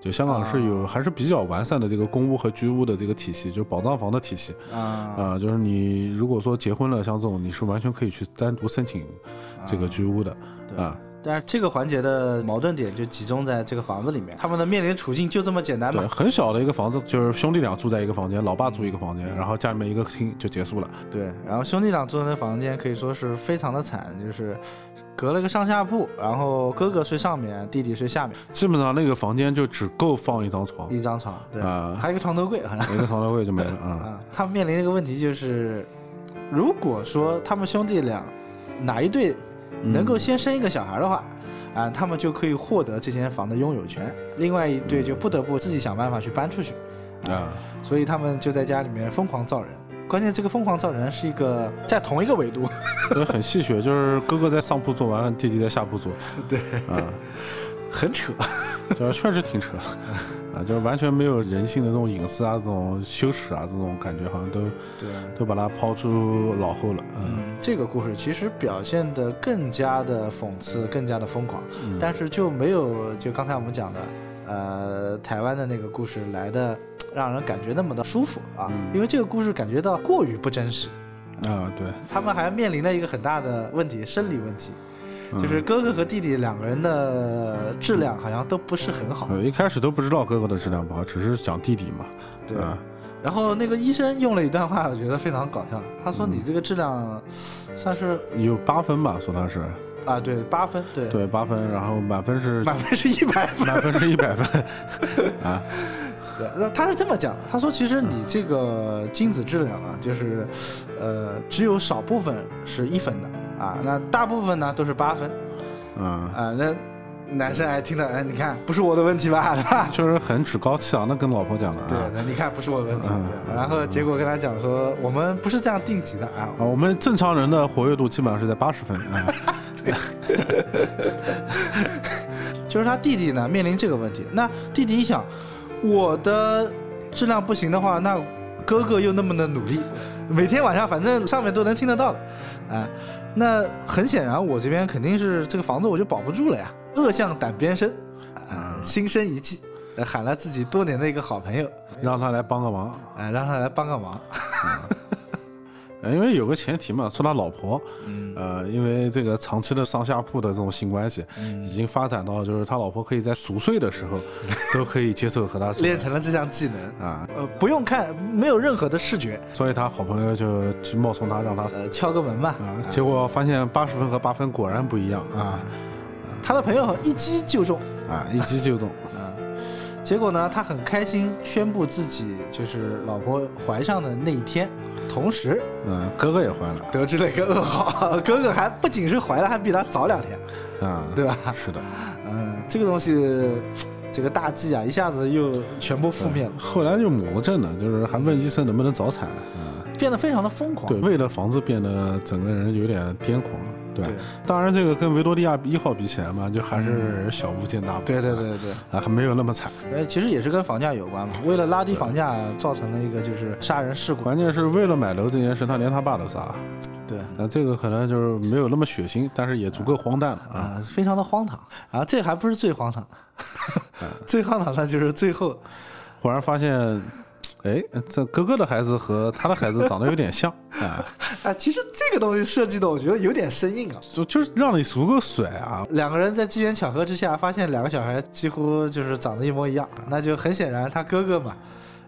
[SPEAKER 2] 就香港是
[SPEAKER 1] 啊
[SPEAKER 2] 有还是比较完善的这个公屋和居屋的这个体系，就保障房的体系，
[SPEAKER 1] 啊，
[SPEAKER 2] 啊、就是你如果说结婚了，像这种你是完全可以去单独申请
[SPEAKER 1] 啊
[SPEAKER 2] 这个居屋的，啊、
[SPEAKER 1] 但是这个环节的矛盾点就集中在这个房子里面，他们的面临处境就这么简单
[SPEAKER 2] 对，
[SPEAKER 1] 嘛？
[SPEAKER 2] 很小的一个房子，就是兄弟俩住在一个房间，老爸住一个房间，
[SPEAKER 1] 嗯
[SPEAKER 2] 然后家里面一个厅就结束了。
[SPEAKER 1] 对，然后兄弟俩住的那房间可以说是非常的惨，就是隔了个上下铺，然后哥哥睡上面，弟弟睡下面，
[SPEAKER 2] 基本上那个房间就只够放一张床，
[SPEAKER 1] 一张床，对，
[SPEAKER 2] 啊
[SPEAKER 1] 还有一个床头柜，好像。
[SPEAKER 2] 一个床头柜就没了啊。
[SPEAKER 1] [laughs] 啊，他们面临的一个问题就是，如果说他们兄弟俩哪一对能够先生一个小孩的话，啊，他们就可以获得这间房的拥有权，另外一对就不得不自己想办法去搬出去，
[SPEAKER 2] 啊，
[SPEAKER 1] 所以他们就在家里面疯狂造人。关键这个疯狂造人是一个在同一个维度，
[SPEAKER 2] 所以很戏谑，就是哥哥在上铺做完，弟弟在下
[SPEAKER 1] [laughs]
[SPEAKER 2] 铺做。对，啊，
[SPEAKER 1] 很扯。
[SPEAKER 2] 就是确实挺扯，啊，就是完全没有人性的这种隐私啊，这种羞耻啊，这种感觉好像都
[SPEAKER 1] 对，
[SPEAKER 2] 都把他抛诸脑后了。
[SPEAKER 1] 嗯，
[SPEAKER 2] 嗯，
[SPEAKER 1] 这个故事其实表现的更加的讽刺，更加的疯狂，
[SPEAKER 2] 嗯
[SPEAKER 1] 但是就没有就刚才我们讲的，呃，台湾的那个故事来的让人感觉那么的舒服啊，
[SPEAKER 2] 嗯
[SPEAKER 1] 因为这个故事感觉到过于不真实，
[SPEAKER 2] 啊，对，
[SPEAKER 1] 他们还面临了一个很大的问题，生理问题，
[SPEAKER 2] 嗯
[SPEAKER 1] 就是哥哥和弟弟两个人的质量好像都不是很好。
[SPEAKER 2] 呃，一开始都不知道哥哥的质量不好，只是讲弟弟嘛。
[SPEAKER 1] 对
[SPEAKER 2] 嗯
[SPEAKER 1] 然后那个医生用了一段话，我觉得非常搞笑。他
[SPEAKER 2] 嗯
[SPEAKER 1] 说：“你这个质量算是
[SPEAKER 2] 有八分吧，说他是
[SPEAKER 1] 啊，对，八分，对，
[SPEAKER 2] 对八分，然后满分是
[SPEAKER 1] 满分是一百分。”
[SPEAKER 2] 满分是一百分啊，
[SPEAKER 1] 对，那他是这么讲，他说其实你这个精子质量啊，就是，呃，只有少部分是一分的啊，那大部分呢都是八分 [laughs]
[SPEAKER 2] 嗯，
[SPEAKER 1] 啊，那男生哎听到哎，你看不是我的问题吧，是 [laughs] 吧？
[SPEAKER 2] 确实很趾高气昂的跟老婆讲了
[SPEAKER 1] 啊对
[SPEAKER 2] 啊。，
[SPEAKER 1] 那你看不是我的问题，
[SPEAKER 2] 嗯
[SPEAKER 1] 对然后结果跟他讲说，我们不是这样定级的啊，
[SPEAKER 2] 啊，我们正常人的活跃度基本上是在八十分
[SPEAKER 1] [laughs]
[SPEAKER 2] 啊，
[SPEAKER 1] 就是他弟弟呢面临这个问题，那弟弟一想，我的质量不行的话，那哥哥又那么的努力，每天晚上反正上面都能听得到的，啊，那很显然我这边肯定是这个房子我就保不住了呀，恶向胆边生，啊，
[SPEAKER 2] 嗯
[SPEAKER 1] 心生一计，喊了自己多年的一个好朋友，
[SPEAKER 2] 让他来帮个忙。
[SPEAKER 1] 啊，让他来帮个忙，
[SPEAKER 2] 呃因为有个前提嘛，说他老婆，
[SPEAKER 1] 嗯
[SPEAKER 2] 呃，因为这个长期的上下铺的这种性关系，
[SPEAKER 1] 嗯
[SPEAKER 2] 已经发展到就是他老婆可以在熟睡的时候都可以接受和他做
[SPEAKER 1] 练成了这项技能，
[SPEAKER 2] 啊，
[SPEAKER 1] 呃，不用看，没有任何的视觉，
[SPEAKER 2] 所以他好朋友就去冒充他让他
[SPEAKER 1] 呃，敲个门吧，
[SPEAKER 2] 啊，结果发现八十分和八分果然不一样啊
[SPEAKER 1] 他的朋友一击就中。
[SPEAKER 2] 啊，一击就中，
[SPEAKER 1] 结果呢，他很开心，宣布自己就是老婆怀上的那一天，同时
[SPEAKER 2] 嗯，哥哥也坏了
[SPEAKER 1] 得知了一个噩耗，哥哥还不仅是怀了，还比他早两天，
[SPEAKER 2] 啊，
[SPEAKER 1] 对吧？
[SPEAKER 2] 是的，
[SPEAKER 1] 嗯，这个东西，这个大忌啊，一下子又全部负面了，
[SPEAKER 2] 后来就魔怔了，就是还问医生能不能早产，啊，
[SPEAKER 1] [laughs] 变得非常的疯狂。
[SPEAKER 2] 对，为了房子变得整个人有点癫狂，对吧
[SPEAKER 1] 对，
[SPEAKER 2] 当然这个跟维多利亚一号比起来嘛，就还是小巫见大巫，
[SPEAKER 1] 对对对对，
[SPEAKER 2] 啊，还没有那么惨。
[SPEAKER 1] 呃，其实也是跟房价有关嘛。为了拉低房价，造成了一个就是杀人事故。
[SPEAKER 2] 关键是为了买楼这件事，他连他爸都杀了，
[SPEAKER 1] 对，
[SPEAKER 2] 那这个可能就是没有那么血腥，但是也足够荒诞了啊。
[SPEAKER 1] 啊、非常的荒唐。然后这还不是最荒唐的， [laughs] 最荒唐的就是最后，
[SPEAKER 2] 忽然发现，哎，这哥哥的孩子和他的孩子长得有点像啊，
[SPEAKER 1] 啊，其实这个东西设计的，我觉得有点生硬啊。
[SPEAKER 2] 就就是让你足够甩啊。
[SPEAKER 1] 两个人在机缘巧合之下，发现两个小孩几乎就是长得一模一样，那就很显然他哥哥嘛，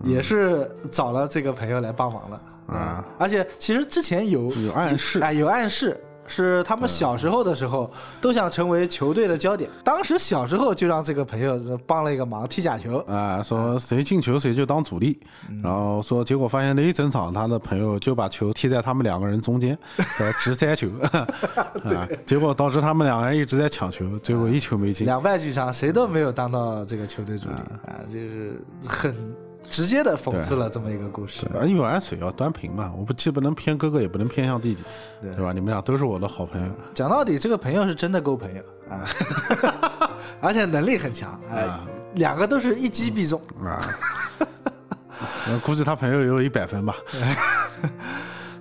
[SPEAKER 1] 也是找了这个朋友来帮忙了
[SPEAKER 2] 啊。
[SPEAKER 1] 而且其实之前有
[SPEAKER 2] 有暗示
[SPEAKER 1] 啊，有暗示。是他们小时候的时候都想成为球队的焦点，当时小时候就让这个朋友帮了一个忙，踢假球。
[SPEAKER 2] 啊，说谁进球谁就当主力，
[SPEAKER 1] 嗯
[SPEAKER 2] 然后说结果发现那一整场他的朋友就把球踢在他们两个人中
[SPEAKER 1] [laughs]
[SPEAKER 2] 间，呃，直塞球， [laughs] 啊，结果导致他们两个人一直在抢球，结果一球没进，
[SPEAKER 1] 两败俱伤，谁都没有当到这个球队主力
[SPEAKER 2] 嗯
[SPEAKER 1] 啊，就是很直接的讽刺了这么一个故事。
[SPEAKER 2] 啊，一碗水要端平嘛，我不既不能偏哥哥，也不能偏向弟弟，
[SPEAKER 1] 对
[SPEAKER 2] 对吧？你们俩都是我的好朋友，
[SPEAKER 1] [laughs] 讲到底，这个朋友是真的够朋友啊， [laughs] 而且能力很强，哎、两个都是一击必中。
[SPEAKER 2] 啊。 [laughs] 我估计他朋友也有一百分吧，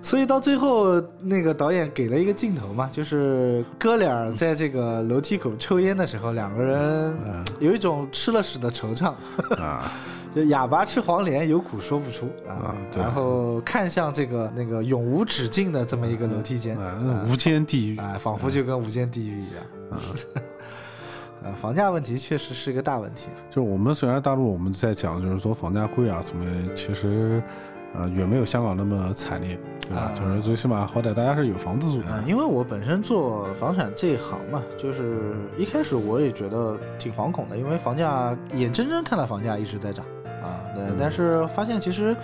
[SPEAKER 1] 所以到最后，那个导演给了一个镜头嘛，就是哥俩在这个楼梯口抽烟的时候，两个人有一种吃了屎的惆怅， [laughs]
[SPEAKER 2] 啊，
[SPEAKER 1] 就哑巴吃黄连，有苦说不出啊
[SPEAKER 2] 啊。对
[SPEAKER 1] 然后看向这个那个永无止境的这么一个楼梯间，
[SPEAKER 2] 啊那无间地狱，
[SPEAKER 1] 啊，仿佛就跟无间地狱一样。 [laughs] 呃，房价问题确实是个大问题。啊
[SPEAKER 2] 就是我们虽然大陆我们在讲，就是说房价贵啊什么，其实呃远没有香港那么惨烈，对吧？
[SPEAKER 1] 啊
[SPEAKER 2] 就是最起码好歹大家是有房子住的，
[SPEAKER 1] 嗯，因为我本身做房产这一行嘛，就是一开始我也觉得挺惶恐的，因为房价眼睁睁看到房价一直在涨啊，对，但是发现其实，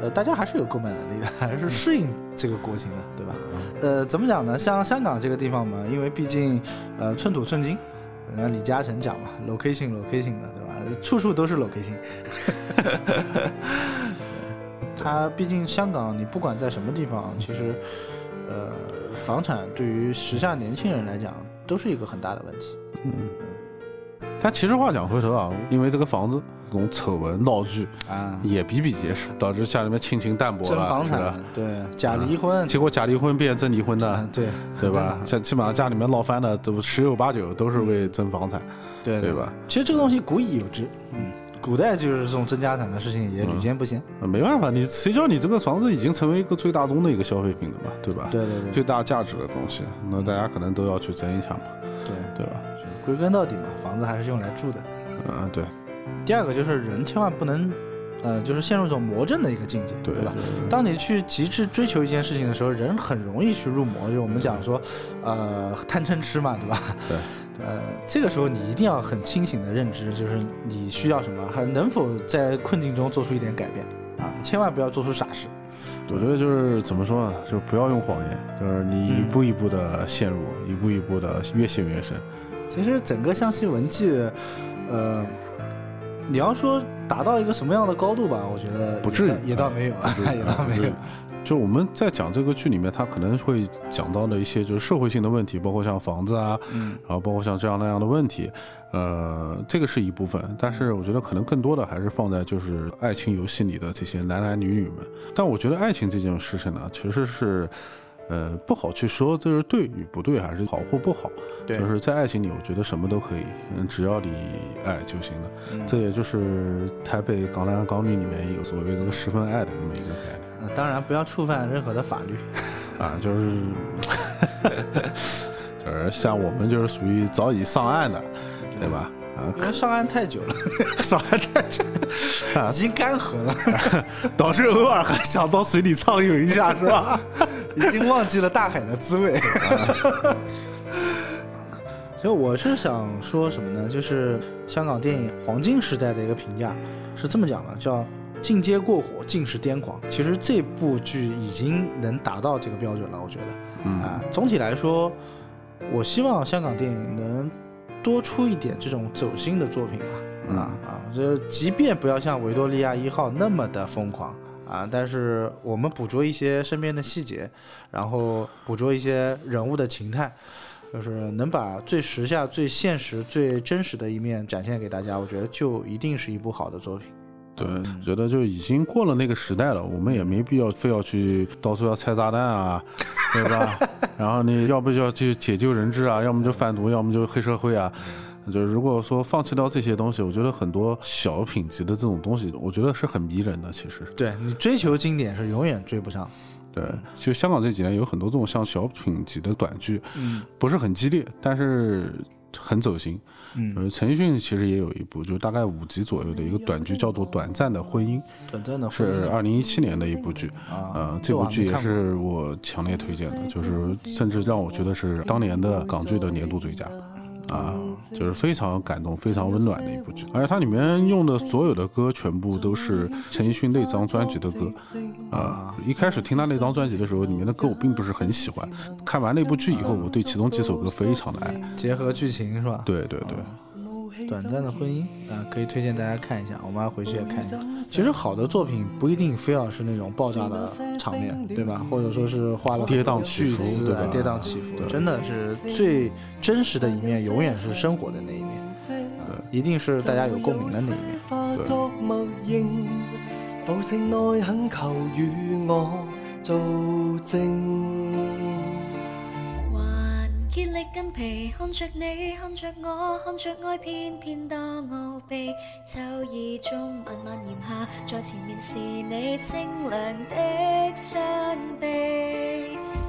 [SPEAKER 1] 呃，大家还是有购买能力的，还是适应这个国情的，对
[SPEAKER 2] 啊
[SPEAKER 1] 吧？呃，怎么讲呢？像香港这个地方嘛，因为毕竟，呃，寸土寸金，人家李嘉诚讲嘛，location location 的，对吧？处处都是 location。它毕竟香港，你不管在什么地方，其实，呃，房产对于时下年轻人来讲都是一个很大的问题。
[SPEAKER 2] 嗯但其实话讲回头啊，因为这个房子这种丑闻闹剧
[SPEAKER 1] 啊，
[SPEAKER 2] 也比比皆是，导致家里面亲情淡薄
[SPEAKER 1] 真
[SPEAKER 2] 了，
[SPEAKER 1] 房
[SPEAKER 2] 是吧
[SPEAKER 1] 产对假离婚，
[SPEAKER 2] 结果假离婚变真离
[SPEAKER 1] [laughs]
[SPEAKER 2] 婚的，
[SPEAKER 1] 啊对
[SPEAKER 2] 对
[SPEAKER 1] 很正
[SPEAKER 2] 吧
[SPEAKER 1] 常？
[SPEAKER 2] 像基本上家里面闹翻的都十有八九都是为争房产，
[SPEAKER 1] 对
[SPEAKER 2] 对吧？
[SPEAKER 1] 其实这个东西古已有之，嗯，古代就是这种争家产的事情也屡见不鲜。
[SPEAKER 2] 呃没办法，你谁叫你这个房子已经成为一个最大宗的一个消费品了嘛，对吧？
[SPEAKER 1] 对对对。
[SPEAKER 2] 最大价值的东西，那大家可能都要去争一下嘛。
[SPEAKER 1] 对，
[SPEAKER 2] 对吧？
[SPEAKER 1] 就是归根到底嘛，房子还是用来住的。
[SPEAKER 2] 嗯，对
[SPEAKER 1] 第二个就是人千万不能，呃，就是陷入一种魔怔的一个境界，
[SPEAKER 2] 对
[SPEAKER 1] 吧？？
[SPEAKER 2] 对
[SPEAKER 1] 当你去极致追求一件事情的时候，人很容易去入魔。就我们讲说，呃，贪嗔痴嘛，对吧？ [laughs]
[SPEAKER 2] 对。
[SPEAKER 1] 呃，这个时候你一定要很清醒的认知，就是你需要什么，还能否在困境中做出一点改变啊！千万不要做出傻事。
[SPEAKER 2] 我觉得就是怎么说呢，就是不要用谎言，就是你一
[SPEAKER 1] 嗯
[SPEAKER 2] 步一步的陷入，一步一步的越陷越
[SPEAKER 1] [laughs]
[SPEAKER 2] 深。
[SPEAKER 1] 其实整个湘西文记，呃，你要说达到一个什么样的高度吧，我觉得
[SPEAKER 2] 不
[SPEAKER 1] 也
[SPEAKER 2] 至于啊
[SPEAKER 1] 倒也倒没有，
[SPEAKER 2] 不至
[SPEAKER 1] [laughs]
[SPEAKER 2] 于
[SPEAKER 1] 也倒哎没
[SPEAKER 2] 不至
[SPEAKER 1] 有
[SPEAKER 2] 于。就我们在讲这个剧里面，它可能会讲到的一些就是社会性的问题，包括像房子啊，
[SPEAKER 1] 嗯，
[SPEAKER 2] 然后包括像这样那样的问题，呃，这个是一部分，但是我觉得可能更多的还是放在就是爱情游戏里的这些男男女女们。但我觉得爱情这件事情呢，其实是，呃，不好去说这是对与不对，还是好或不好。
[SPEAKER 1] 对，
[SPEAKER 2] 就是在爱情里，我觉得什么都可以，嗯，只要你爱就行了。
[SPEAKER 1] 嗯
[SPEAKER 2] 这也就是台北港男港女里面有所谓这个十分爱的那么一个概念。
[SPEAKER 1] 呃当然不要触犯任何的法律。
[SPEAKER 2] 啊，就是 [laughs] 就是像我们就是属于早已上岸的，对吧？啊，
[SPEAKER 1] 因为上岸太
[SPEAKER 2] [laughs]
[SPEAKER 1] 久了，
[SPEAKER 2] 上岸太久，
[SPEAKER 1] 已经干涸了，
[SPEAKER 2] [laughs] 导致偶尔还想到水里畅游一下，是吧？
[SPEAKER 1] 已经忘记了大海的滋味。 [laughs] 其实我是想说什么呢？就是香港电影黄金时代的一个评价是这么讲的，叫“进阶过火，尽是癫狂”。其实这部剧已经能达到这个标准了，我觉得
[SPEAKER 2] 嗯，
[SPEAKER 1] 啊，总体来说，我希望香港电影能多出一点这种走心的作品吧。
[SPEAKER 2] 嗯
[SPEAKER 1] 啊啊，这即便不要像维多利亚一号那么的疯狂啊，但是我们捕捉一些身边的细节，然后捕捉一些人物的情态，就是能把最时下、最现实、最真实的一面展现给大家，我觉得就一定是一部好的作品。
[SPEAKER 2] 对，觉得就已经过了那个时代了，我们也没必要非要去到处要拆炸弹 [laughs] 啊，对吧？然后你要不就要去解救人质啊，要么就贩毒，要么就黑社会啊。就是如果说放弃掉这些东西，我觉得很多小品级的这种东西，我觉得是很迷人的，其实。
[SPEAKER 1] 对你追求经典是永远追不上。
[SPEAKER 2] 对，就香港这几年有很多这种像小品级的短剧，
[SPEAKER 1] 嗯
[SPEAKER 2] 不是很激烈，但是很走心。
[SPEAKER 1] 嗯，
[SPEAKER 2] 呃，陈奕迅其实也有一部，就大概五集左右的一个短剧，叫做《短暂的婚姻
[SPEAKER 1] 短暂的》，回
[SPEAKER 2] 是
[SPEAKER 1] 忆
[SPEAKER 2] 二零一七年的一部剧。
[SPEAKER 1] 嗯啊
[SPEAKER 2] 呃，，这部
[SPEAKER 1] 我还
[SPEAKER 2] 剧
[SPEAKER 1] 没
[SPEAKER 2] 也
[SPEAKER 1] 看过
[SPEAKER 2] 是我强烈推荐的，就是甚至让我觉得是当年的港剧的年度最佳。啊，就是非常感动、非常温暖的一部剧，而且它里面用的所有的歌全部都是陈奕迅那张专辑的歌，啊，一开始听他那张专辑的时候，里面的歌我并不是很喜欢，看完那部剧以后，我对其中几首歌非常的爱。
[SPEAKER 1] 结合剧情是吧？
[SPEAKER 2] 对对对，
[SPEAKER 1] 短暂的婚姻啊、可以推荐大家看一下，我妈回去也看一下。其实好的作品不一定非要是那种爆炸的场面，对吧？或者说是花了
[SPEAKER 2] 跌宕起
[SPEAKER 1] 巨
[SPEAKER 2] 伏
[SPEAKER 1] 资
[SPEAKER 2] 对吧
[SPEAKER 1] 来跌宕起伏，
[SPEAKER 2] 对
[SPEAKER 1] 真的是最真实的一面，永远是生活的那一面，啊一定是大家有共鸣的那一面。
[SPEAKER 3] 化作默认，浮城内恳求与我做证。
[SPEAKER 4] 還竭力筋疲，看着你，看着我，看着愛，偏偏多傲鼻。秋意中慢慢炎下，在前面是你清涼的雙臂。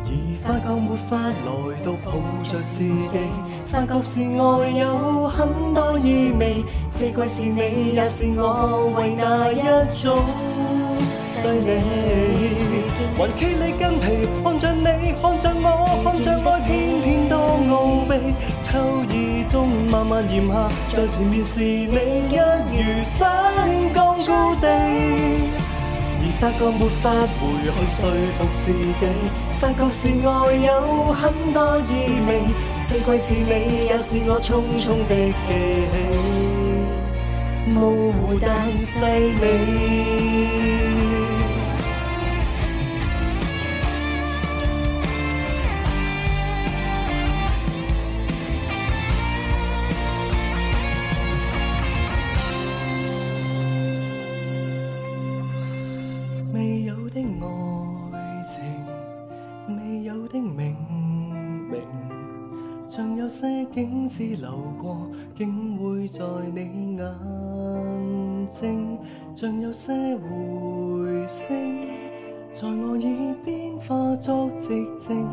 [SPEAKER 3] 而發覺沒法來到抱着自己，發覺是愛有很多意味，四季是你也是我為那一種對你。還竭力筋疲，看着你，看着我，看着愛，偏偏多傲悲。秋意中慢慢炎下，在前面是你一如山高高地。而發覺沒法回去說服自己，發覺是愛有很多意味，四季是你也是我匆匆的記起，模糊但細膩。未有的愛情，未有的明明，像有些景致流過，竟會在你眼睛；像有些回聲，在我耳邊化作寂靜。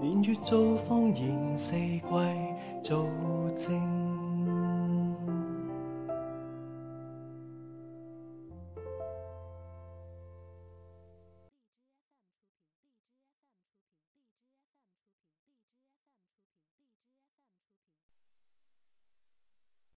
[SPEAKER 3] 年月做方言四季，做证。